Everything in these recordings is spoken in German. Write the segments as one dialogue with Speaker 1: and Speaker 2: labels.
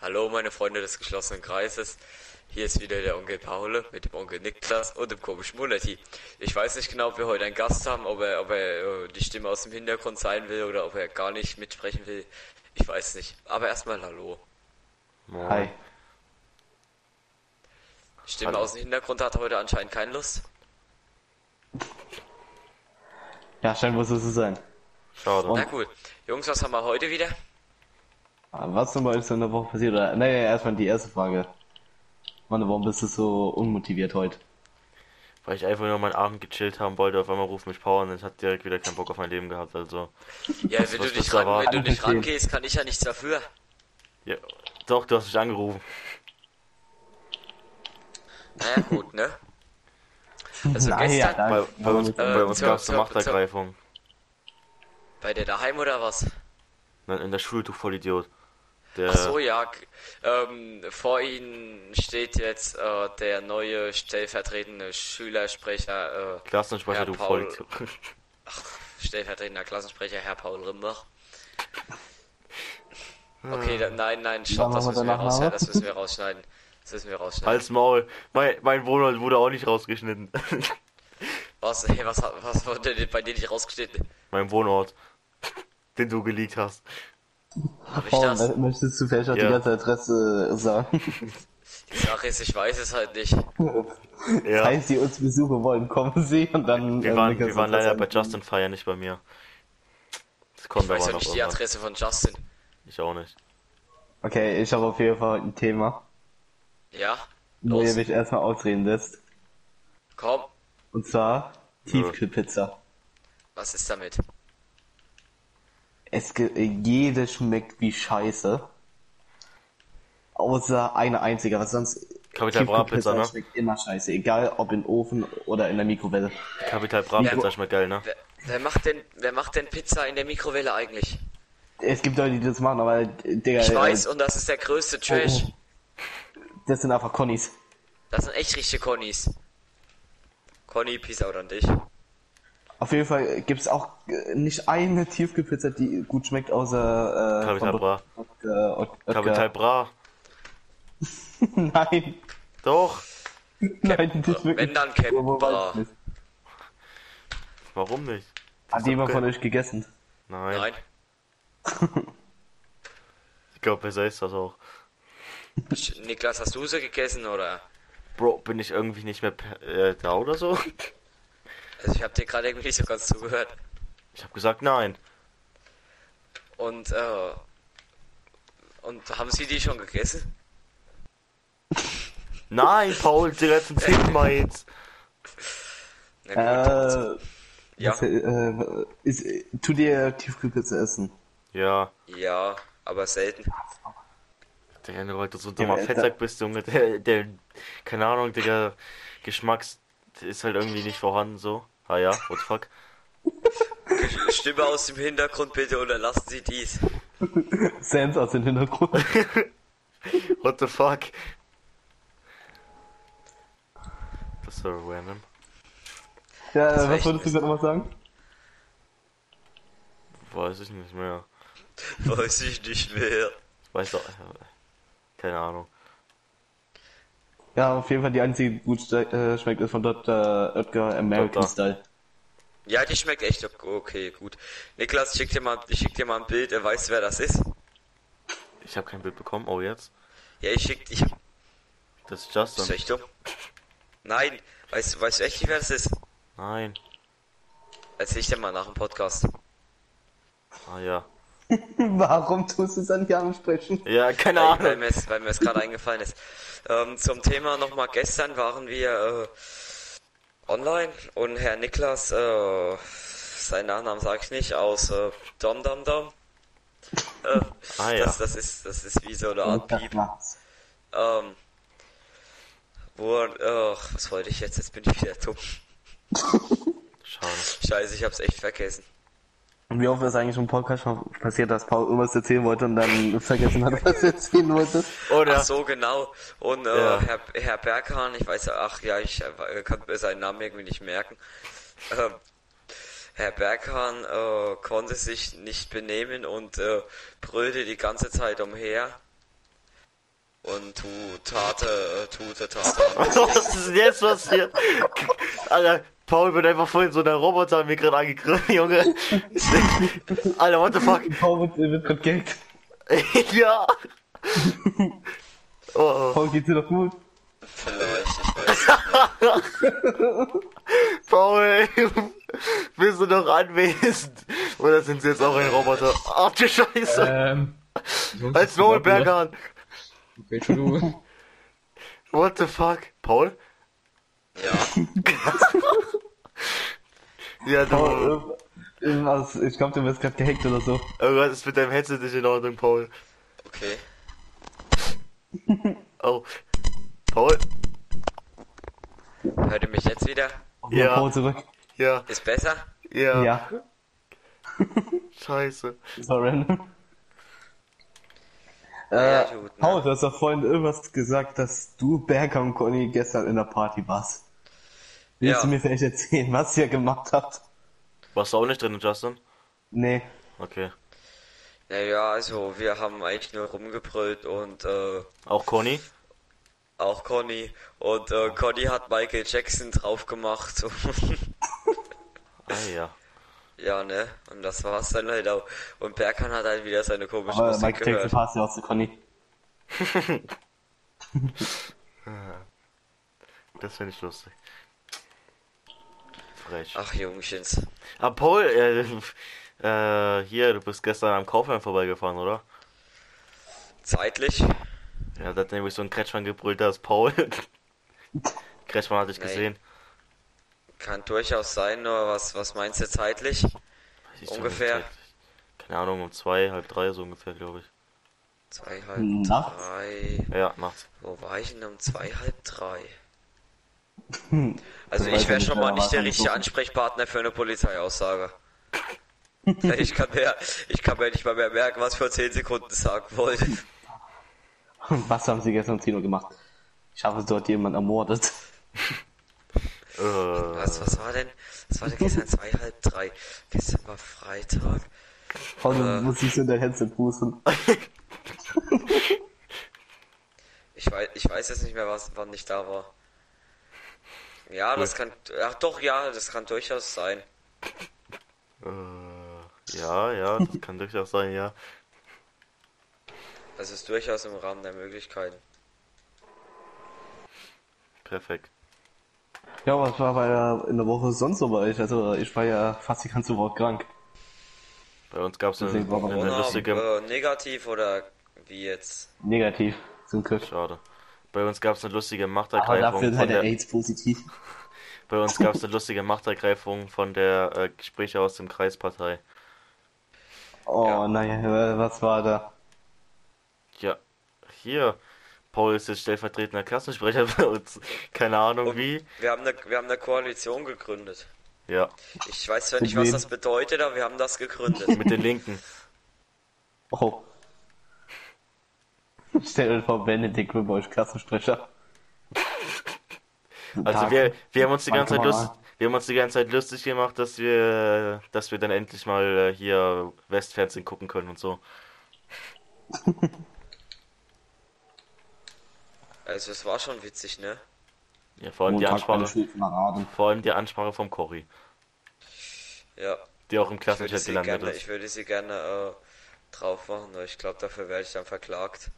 Speaker 1: Hallo meine Freunde des geschlossenen Kreises. Hier ist wieder der Onkel Paul mit dem Onkel Niklas und dem komischen Mullerti. Ich weiß nicht genau, ob wir heute einen Gast haben, ob er, ob er äh, die Stimme aus dem Hintergrund sein will oder ob er gar nicht mitsprechen will. Ich weiß nicht. Aber erstmal Hallo.
Speaker 2: Moin.
Speaker 3: Hi.
Speaker 1: Stimme
Speaker 2: Hallo.
Speaker 1: aus dem Hintergrund hat heute anscheinend keine Lust.
Speaker 3: Ja, scheint wohl so zu sein.
Speaker 2: Schade.
Speaker 1: Na gut. Jungs, was haben wir heute wieder?
Speaker 3: Aber Was zum Beispiel so in der Woche passiert? Oder, naja, erstmal die erste Frage. Mann, warum bist du so unmotiviert heute?
Speaker 2: Weil ich einfach nur meinen Abend gechillt haben wollte, auf einmal ruft mich Power und ich hatte direkt wieder keinen Bock auf mein Leben gehabt, also.
Speaker 1: Ja, wenn du,
Speaker 2: was
Speaker 1: dich
Speaker 2: willst du
Speaker 1: ran, wenn
Speaker 2: erwarten?
Speaker 1: du nicht
Speaker 3: Verstehen.
Speaker 1: rangehst, kann ich ja nichts dafür.
Speaker 2: Ja. Doch, du hast mich angerufen.
Speaker 1: Naja, gut, ne? Also
Speaker 3: Naja,
Speaker 1: gestern-
Speaker 3: da-
Speaker 2: Bei, bei uns,
Speaker 3: äh,
Speaker 2: bei uns
Speaker 1: zur-
Speaker 2: gab es eine
Speaker 1: zur- zur-
Speaker 2: Machtergreifung.
Speaker 1: Bei dir daheim oder was?
Speaker 2: Nein, In der Schule, du Vollidiot. Der,
Speaker 1: Ach so, ja. g- Ähm, vor Ihnen steht jetzt äh, der neue stellvertretende Schülersprecher, äh,
Speaker 2: Klassensprecher,
Speaker 1: Herr
Speaker 2: du
Speaker 1: Paul.
Speaker 2: Vollidiot.
Speaker 1: stellvertretender Klassensprecher Herr Paul Rimbach. Okay, da, nein, nein, stopp,
Speaker 3: Sagen wir
Speaker 1: das
Speaker 3: mal
Speaker 1: müssen wir
Speaker 3: danach
Speaker 1: rausschneiden,
Speaker 3: nach.
Speaker 1: das müssen wir rausschneiden. Das müssen wir rausschneiden.
Speaker 2: Halt's Maul. Mein, mein Wohnort wurde auch nicht rausgeschnitten.
Speaker 1: Was, hey, was, hat- was wurde denn bei dir nicht rausgeschnitten?
Speaker 2: mein Wohnort. Den du geleakt hast.
Speaker 1: Hab ich
Speaker 3: Paul,
Speaker 1: das?
Speaker 3: mö- möchtest du vielleicht auch
Speaker 2: Ja.
Speaker 3: die ganze Adresse sagen?
Speaker 1: Die Sache ist, ich weiß es halt nicht.
Speaker 2: Ja.
Speaker 3: Falls die uns besuchen wollen, kommen sie und dann.
Speaker 2: Wir
Speaker 3: äh,
Speaker 2: waren,
Speaker 3: kannst
Speaker 2: wir
Speaker 3: du
Speaker 2: waren
Speaker 3: das
Speaker 2: leider bei
Speaker 3: sagen.
Speaker 2: Justin Fire, nicht bei mir. Das
Speaker 1: Ich
Speaker 2: kommt
Speaker 1: weiß
Speaker 2: aber
Speaker 1: ja
Speaker 2: noch
Speaker 1: nicht die
Speaker 2: irgendwann.
Speaker 1: Adresse von Justin.
Speaker 2: Ich auch nicht.
Speaker 3: Okay, ich habe auf jeden Fall heute ein Thema,
Speaker 1: Ja?
Speaker 3: wo ihr
Speaker 1: Los,
Speaker 3: mich erstmal ausreden lässt.
Speaker 1: komm,
Speaker 3: Und zwar Tiefkühlpizza.
Speaker 1: was ist damit?
Speaker 3: Es ge- äh, jede schmeckt wie Scheiße. Außer eine einzige, was sonst.
Speaker 2: Capital Bra Pizza,
Speaker 3: Tiefkühlpizza
Speaker 2: ne?
Speaker 3: schmeckt immer scheiße, egal ob im Ofen oder in der Mikrowelle.
Speaker 2: Capital Bra
Speaker 1: Ja.
Speaker 2: Pizza schmeckt geil, ne?
Speaker 1: Wer, wer macht denn, wer macht denn Pizza in der Mikrowelle eigentlich?
Speaker 3: Es gibt Leute, die das machen, aber äh, Digga,
Speaker 1: Ich
Speaker 3: äh,
Speaker 1: weiß, und das ist der größte Trash.
Speaker 3: Oh, das sind einfach Connies.
Speaker 1: Das sind echt richtige Connys. Conny, Peace out an dich.
Speaker 3: Auf jeden Fall gibt es auch äh, nicht eine Tiefkühlpizza, die gut schmeckt, außer äh,
Speaker 2: Capital
Speaker 3: von
Speaker 2: Bra.
Speaker 3: Oetker- Oetker.
Speaker 2: Capital Bra.
Speaker 3: Nein,
Speaker 2: Doch.
Speaker 3: nein, das ist
Speaker 1: Wenn
Speaker 3: wirklich.
Speaker 1: dann Cap
Speaker 3: Wo
Speaker 1: Bra.
Speaker 3: weiß ich nicht.
Speaker 2: Warum nicht?
Speaker 3: Hat jemand
Speaker 2: okay.
Speaker 3: von euch gegessen?
Speaker 2: Nein.
Speaker 1: Nein,
Speaker 2: Ich glaube, besser ist das auch.
Speaker 1: Sch- Niklas, hast du sie gegessen oder?
Speaker 2: Bro, bin ich irgendwie nicht mehr per- äh, da oder so?
Speaker 1: Also ich habe dir gerade irgendwie nicht so ganz zugehört.
Speaker 2: Ich habe gesagt, nein.
Speaker 1: Und äh, und haben sie die schon gegessen?
Speaker 2: Nein, Paul, die letzten zehnmal jetzt.
Speaker 1: Na gut.
Speaker 3: Äh,
Speaker 1: ja,
Speaker 3: was, äh, ist, äh, tu dir Tiefkühlpizza essen.
Speaker 2: Ja.
Speaker 1: ja, aber selten.
Speaker 2: Digga, nur weil du so ein dummer
Speaker 3: Alter.
Speaker 2: Fettsack bist, Junge. Der, der, keine Ahnung, Digga, Geschmacks ist halt irgendwie nicht vorhanden so. Ah ja, what the fuck.
Speaker 1: Stimme aus dem Hintergrund bitte oder lassen Sie dies.
Speaker 3: Sans aus dem Hintergrund.
Speaker 2: What the fuck? Das ist so random.
Speaker 3: ja,
Speaker 1: Das wär
Speaker 3: was
Speaker 1: echt
Speaker 3: wolltest du
Speaker 1: mies.
Speaker 3: gerade nochmal sagen?
Speaker 2: Weiß ich nicht mehr.
Speaker 1: Weiß ich nicht mehr.
Speaker 2: Weiß doch. äh, Keine Ahnung.
Speaker 3: Ja, auf jeden Fall die einzige, die gut ste- äh, schmeckt, ist von Dr. Oetker American
Speaker 2: Dr..
Speaker 3: Style.
Speaker 1: Ja, die schmeckt echt ok- okay, gut. Niklas, schick dir mal, ich schick dir mal ein Bild, er weiß, wer das ist.
Speaker 2: Ich habe kein Bild bekommen. Oh, jetzt?
Speaker 1: Ja, ich schick, ich,
Speaker 2: Das ist
Speaker 1: Bist du
Speaker 2: Justin.
Speaker 1: echt dumm? Nein, weißt, weißt du echt nicht, wer das ist?
Speaker 2: Nein.
Speaker 1: Erzähl ich dir mal nach dem Podcast.
Speaker 2: Ah ja.
Speaker 3: Warum tust du es dann nicht ansprechen?
Speaker 2: Ja, keine
Speaker 1: Weil, weil
Speaker 2: Ahnung.
Speaker 1: mir es weil mir's gerade eingefallen ist. Ähm, zum Thema nochmal, gestern waren wir äh, online und Herr Niklas, äh, seinen Nachnamen sage ich nicht, aus äh, Dom Dom Dom. Äh,
Speaker 2: Ah, ja.
Speaker 1: das, das, ist, das ist wie so eine Art
Speaker 3: Das
Speaker 1: Piep.
Speaker 3: war's.
Speaker 1: Ähm, wo, äh, was wollte ich jetzt? Jetzt bin ich wieder dumm.
Speaker 2: Schade.
Speaker 1: Scheiße, ich hab's echt vergessen.
Speaker 3: Und wie oft ist eigentlich im Podcast schon passiert, dass Paul irgendwas erzählen wollte und dann vergessen hat, was er erzählen wollte?
Speaker 2: Oder?
Speaker 1: Ach so, genau. Und äh,
Speaker 2: Ja.
Speaker 1: Herr, Herr Berghahn, ich weiß, ach ja, ich äh, kann mir seinen Namen irgendwie nicht merken. Ähm, Herr Berghahn äh, konnte sich nicht benehmen und äh, brüllte die ganze Zeit umher. und tu Tate, äh, tute Tate.
Speaker 2: Was ist denn jetzt passiert? Alter, Paul wird einfach vorhin so der Roboter an mir gerade angegriffen, Junge. Alter, what the fuck?
Speaker 3: Paul wird, äh, wird grad geld.
Speaker 2: ja. Oh, oh.
Speaker 3: Paul geht's dir doch gut.
Speaker 1: Vielleicht, ich weiß nicht.
Speaker 2: Paul, bist du noch anwesend? Oder sind sie jetzt auch ein Roboter? Ach du Scheiße.
Speaker 4: Ähm.
Speaker 2: Als Noelberger an.
Speaker 4: Okay, Entschuldigung.
Speaker 2: What the fuck? Paul?
Speaker 1: Ja,
Speaker 2: Ja, du.
Speaker 3: Paul, äh, irgendwas, ich glaube, du wirst grad gehackt oder so.
Speaker 2: Irgendwas ist mit deinem Headset nicht in Ordnung, Paul.
Speaker 1: okay.
Speaker 2: Oh. Paul?
Speaker 1: Hört ihr mich jetzt wieder?
Speaker 3: Oh,
Speaker 2: Ja.
Speaker 3: Paul zurück.
Speaker 2: Ja,
Speaker 1: Ist besser?
Speaker 2: ja.
Speaker 3: Ja.
Speaker 2: Scheiße.
Speaker 3: So random.
Speaker 1: Ja,
Speaker 3: Äh,
Speaker 1: gut, ne?
Speaker 3: Paul, du hast doch vorhin irgendwas gesagt, dass du, Berger und Conny gestern in der Party warst. Willst
Speaker 1: Ja.
Speaker 3: du mir vielleicht erzählen, was ihr gemacht habt?
Speaker 2: Warst du auch nicht drin, Justin?
Speaker 3: Nee.
Speaker 2: Okay.
Speaker 1: Naja, also wir haben eigentlich nur rumgebrüllt und äh,
Speaker 2: Auch Conny?
Speaker 1: auch Conny. Und äh, Conny hat Michael Jackson drauf gemacht.
Speaker 2: Ah ja.
Speaker 1: ja, ne? Und das war's dann leider. Und Berkan hat halt wieder seine komische
Speaker 3: Aber
Speaker 1: Musik
Speaker 3: Mike Jackson
Speaker 1: gehört.
Speaker 3: passt ja auch zu Conny.
Speaker 2: Das finde ich lustig. Frech.
Speaker 1: Ach Jungchens.
Speaker 2: Ah, Paul, äh, äh, hier, du bist gestern am Kaufland vorbeigefahren, oder?
Speaker 1: Zeitlich?
Speaker 2: Ja, da hat nämlich so ein Kretschmann gebrüllt, da ist Paul. Kretschmann hatte ich
Speaker 1: Nee.
Speaker 2: gesehen.
Speaker 1: Kann durchaus sein, nur was, was meinst du zeitlich?
Speaker 2: Siehst du,
Speaker 1: Ungefähr.
Speaker 2: Keine Ahnung, um zwei, halb drei so ungefähr, glaube ich.
Speaker 1: Zwei, halb
Speaker 3: Nachts?
Speaker 1: drei.
Speaker 2: Ja, nachts.
Speaker 1: Wo war ich denn um zwei, halb drei?
Speaker 3: Hm.
Speaker 1: Also
Speaker 3: Ich
Speaker 1: ich
Speaker 3: weiß
Speaker 1: wäre
Speaker 3: nicht,
Speaker 1: schon
Speaker 3: wer
Speaker 1: mal
Speaker 3: da
Speaker 1: nicht
Speaker 3: war,
Speaker 1: der
Speaker 3: kann ich
Speaker 1: richtige
Speaker 3: gucken.
Speaker 1: Ansprechpartner für eine Polizeiaussage. ich kann mir, ich kann mir nicht mal mehr merken, was ich vor 10 Sekunden sagen wollte.
Speaker 3: Und was haben sie gestern um 10 Uhr gemacht? Ich habe dort jemanden ermordet.
Speaker 2: Äh,
Speaker 1: Was, was war denn? Was war denn gestern zwei, halb drei? Gestern war Freitag.
Speaker 3: Paul,
Speaker 1: Äh.
Speaker 3: du musst dich so in dein Headset pusten.
Speaker 1: Ich weiß, ich weiß jetzt nicht mehr, was, wann ich da war. Ja, das kann, ach doch, ja, das kann durchaus sein.
Speaker 2: äh, ja, ja, das kann durchaus sein, ja.
Speaker 1: Das ist durchaus im Rahmen der Möglichkeiten.
Speaker 2: Perfekt.
Speaker 3: Ja, was war bei der, in der Woche sonst so bei euch? Also ich war ja fast die ganze Woche krank.
Speaker 2: Bei uns gab es eine,
Speaker 3: Deswegen war man
Speaker 2: eine
Speaker 1: Corona,
Speaker 2: lustige.
Speaker 1: äh, negativ oder wie jetzt?
Speaker 3: Negativ, zum Glück.
Speaker 2: Schade. Bei uns gab es eine lustige
Speaker 3: Aber
Speaker 2: Machtergreifung.
Speaker 3: dafür halt
Speaker 2: Von
Speaker 3: der
Speaker 2: der,
Speaker 3: AIDS positiv.
Speaker 2: bei uns gab es eine lustige Machtergreifung von der äh, Gespräche aus dem Kreispartei.
Speaker 3: Oh
Speaker 1: Ja.
Speaker 3: nein, äh, was war da?
Speaker 2: Ja, hier. Paul ist jetzt stellvertretender Klassensprecher bei uns. Keine Ahnung
Speaker 1: Und-
Speaker 2: wie.
Speaker 1: Wir haben eine, wir haben eine Koalition gegründet.
Speaker 2: Ja,
Speaker 1: Ich weiß zwar
Speaker 3: Mit
Speaker 1: nicht, was
Speaker 3: wem?
Speaker 1: das bedeutet, aber wir haben das gegründet.
Speaker 2: mit den Linken.
Speaker 3: Oh. Stellt euch vor, Benedikt wird bei euch Klassensprecher.
Speaker 2: Also wir, wir haben uns die ganze Zeit
Speaker 3: Manchmal.
Speaker 2: lust, wir haben uns die ganze Zeit lustig gemacht, dass wir, dass wir dann endlich mal äh, hier Westfernsehen gucken können und so.
Speaker 1: Also es war schon witzig, ne?
Speaker 2: Ja, vor allem die Ansprache,
Speaker 3: Ansprache.
Speaker 2: vor allem die Ansprache vom Cory,
Speaker 1: Ja.
Speaker 2: die auch
Speaker 1: Ich
Speaker 2: im
Speaker 1: würde
Speaker 2: Klassenchat
Speaker 1: sie
Speaker 2: halt gelandet
Speaker 1: gerne, ich
Speaker 2: ist.
Speaker 1: würde sie gerne äh, drauf machen, nur ich glaube, dafür werde ich dann verklagt.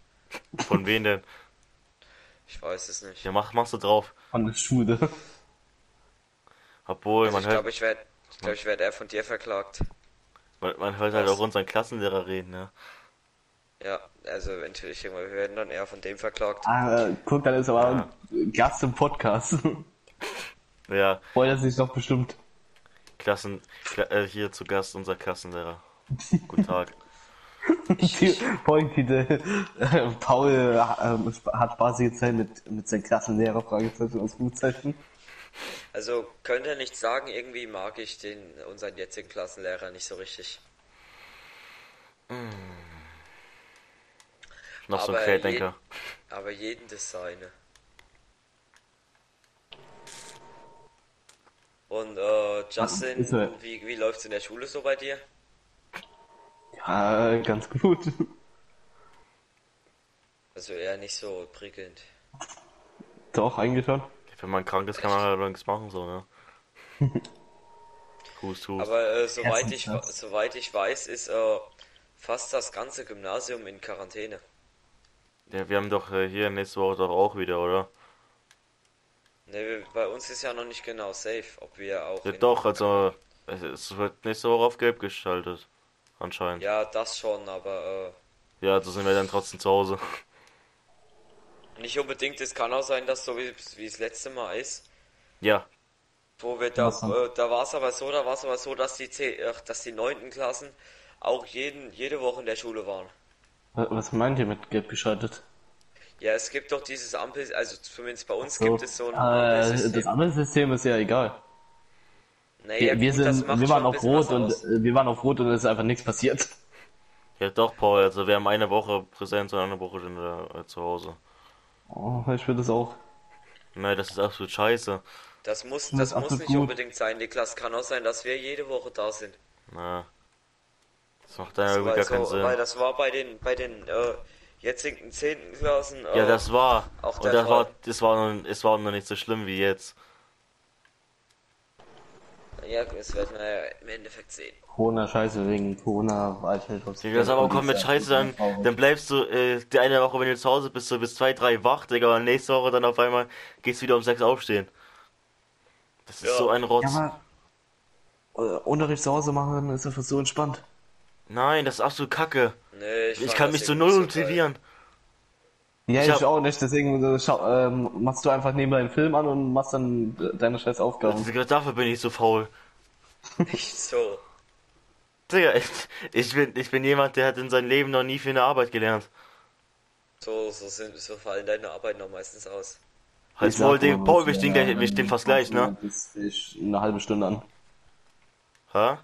Speaker 2: Von wem denn?
Speaker 1: Ich weiß es nicht.
Speaker 2: Ja, mach, machst du drauf.
Speaker 3: Von der Schule.
Speaker 2: Obwohl,
Speaker 1: Also
Speaker 2: man
Speaker 1: ich
Speaker 2: hört,
Speaker 1: glaube, ich werde ich glaub, ich werd eher von dir verklagt.
Speaker 2: man, man hört halt auch unseren Klassenlehrer reden, ne?
Speaker 1: Ja, also eventuell, ich denke mal, wir werden dann eher von dem verklagt.
Speaker 3: Ah, äh, guck, dann ist aber ein Gast im Podcast.
Speaker 2: Ja,
Speaker 3: Wollt das nicht doch bestimmt.
Speaker 2: Klassen, Kla äh, hier zu Gast unser Klassenlehrer. Guten Tag.
Speaker 3: Folgentitel. Äh, Paul äh, hat Spaß gezählt mit, mit seinen Klassenlehrer, Fragezeichen aus Gutzeichen.
Speaker 1: Also könnte nicht sagen, irgendwie mag ich den unseren jetzigen Klassenlehrer nicht so richtig.
Speaker 2: Noch so ein
Speaker 1: Aber
Speaker 2: Querdenker.
Speaker 1: Aber jeden das seine. Und äh, Justin,
Speaker 3: Ist er.
Speaker 1: wie, wie läuft's in der Schule so bei dir?
Speaker 3: Ja, ganz gut.
Speaker 1: Also eher nicht so prickelnd.
Speaker 3: Doch, eigentlich schon.
Speaker 2: Wenn man krank ist, kann man halt nichts machen, so, ne? Hust, hust.
Speaker 1: Aber äh, soweit,
Speaker 3: Erstens
Speaker 1: ich,
Speaker 3: das.
Speaker 1: soweit ich weiß, ist äh, fast das ganze Gymnasium in Quarantäne.
Speaker 2: Ja, wir haben doch äh, hier nächste Woche doch auch wieder, oder?
Speaker 1: Ne, wir- bei uns ist ja noch nicht genau safe, ob wir auch.
Speaker 2: Ja,
Speaker 1: in-
Speaker 2: doch, also es, es wird nächste Woche auf gelb geschaltet. Anscheinend. Ja.
Speaker 1: Ja, das schon, aber
Speaker 2: also sind wir dann trotzdem zu Hause.
Speaker 1: äh, nicht unbedingt. Es kann auch sein, dass so wie wie das letzte Mal ist,
Speaker 2: Ja,
Speaker 1: wo wir da,
Speaker 3: Was denn?
Speaker 1: äh, da war es aber so, da war es aber so, dass die zeh- ach, dass die neunten Klassen auch jeden, jede Woche in der Schule waren.
Speaker 3: Wa- Was meint ihr mit gelb geschaltet?
Speaker 1: Ja, es gibt doch dieses Ampel, also zumindest bei uns
Speaker 3: So,
Speaker 1: gibt es so ein
Speaker 3: äh, das
Speaker 1: Ampelsystem.
Speaker 3: andere System ist ja egal. Wir,
Speaker 1: Naja,
Speaker 3: wir,
Speaker 1: gut, das
Speaker 3: sind,
Speaker 1: macht
Speaker 3: wir
Speaker 1: schon
Speaker 3: waren
Speaker 1: ein
Speaker 3: auf
Speaker 1: bisschen
Speaker 3: Rot
Speaker 1: was
Speaker 3: und
Speaker 1: aus.
Speaker 3: äh, wir waren auf Rot und es ist einfach nichts passiert.
Speaker 2: ja doch, Paul. Also wir haben eine Woche Präsenz und eine Woche sind wir äh, zu Hause.
Speaker 3: Oh, ich will das auch.
Speaker 2: Nein, das ist absolut scheiße.
Speaker 1: Das muss,
Speaker 3: Das
Speaker 1: das
Speaker 3: ist
Speaker 1: muss
Speaker 3: absolut
Speaker 1: nicht
Speaker 3: gut.
Speaker 1: unbedingt sein, Niklas. Kann auch sein, dass wir jede Woche da sind.
Speaker 2: Na, das macht dann
Speaker 1: So,
Speaker 2: irgendwie
Speaker 1: weil,
Speaker 2: gar
Speaker 1: so,
Speaker 2: keinen
Speaker 1: weil
Speaker 2: Sinn.
Speaker 1: das war bei den, bei den äh, jetzigen 10. Klassen. Äh,
Speaker 2: Ja, das war.
Speaker 1: Auch
Speaker 2: Und
Speaker 1: der
Speaker 2: das war,
Speaker 1: Fall.
Speaker 2: das war, noch- es war noch nicht so schlimm wie jetzt.
Speaker 1: Ja, das wird man ja im Endeffekt sehen.
Speaker 3: Corona Scheiße wegen Corona halt Alter.
Speaker 2: Digga, das aber komm mit Scheiße, dann, dann bleibst du äh, die eine Woche, wenn du zu Hause bist, so bis zwei, drei wach, Digga, und nächste Woche dann auf einmal gehst du wieder um sechs aufstehen. Das ist
Speaker 1: Ja.
Speaker 2: so ein
Speaker 3: Ja,
Speaker 2: Rotz.
Speaker 3: aber äh, Unterricht zu Hause machen ist einfach so entspannt.
Speaker 2: Nein, das ist absolut kacke.
Speaker 1: Nee, ich,
Speaker 2: Ich
Speaker 1: fand
Speaker 2: kann
Speaker 1: das
Speaker 2: mich zu
Speaker 1: irgendwie
Speaker 2: null
Speaker 1: so
Speaker 2: motivieren.
Speaker 3: Ja,
Speaker 2: Ich
Speaker 3: ich,
Speaker 2: hab-
Speaker 3: auch nicht, deswegen äh, schau, ähm, machst du einfach nebenbei einen Film an und machst dann äh, deine scheiß Aufgaben.
Speaker 2: Also, Digga, Dafür bin ich so faul.
Speaker 1: geil. Nicht so.
Speaker 2: Digga, ich, ich bin, ich bin jemand, der hat in seinem Leben noch nie für eine Arbeit gelernt.
Speaker 1: So, so, sind, so fallen deine Arbeiten auch meistens aus.
Speaker 2: Halt
Speaker 3: Ich sag
Speaker 2: Paul,
Speaker 3: mal,
Speaker 2: dem, Paul,
Speaker 3: was,
Speaker 2: wir stehen
Speaker 3: ja,
Speaker 2: gleich, wir
Speaker 3: wenn
Speaker 2: stehen
Speaker 3: du
Speaker 2: fast gleich, ne?
Speaker 3: bist, Ich eine halbe Stunde an.
Speaker 2: Hä?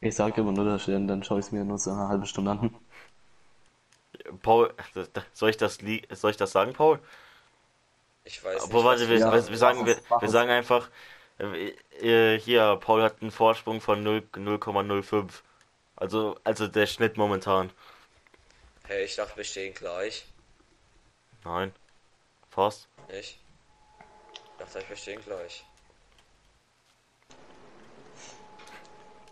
Speaker 3: Ich sag immer nur das Stern, dann schaue ich es mir nur so eine halbe Stunde an.
Speaker 2: Paul, soll ich das, li- soll ich das sagen, Paul?
Speaker 1: Ich weiß
Speaker 2: Aber
Speaker 1: nicht.
Speaker 2: warte, wir,
Speaker 3: Ja,
Speaker 2: wir, wir sagen,
Speaker 3: mach
Speaker 2: wir,
Speaker 3: es, mach
Speaker 2: wir
Speaker 3: es.
Speaker 2: sagen einfach, äh, äh, hier, Paul hat einen Vorsprung von 0 0,05. Also, also der Schnitt momentan.
Speaker 1: Hey, ich dachte, wir stehen gleich.
Speaker 2: Nein. Fast.
Speaker 1: Nicht? Ich dachte, wir stehen gleich.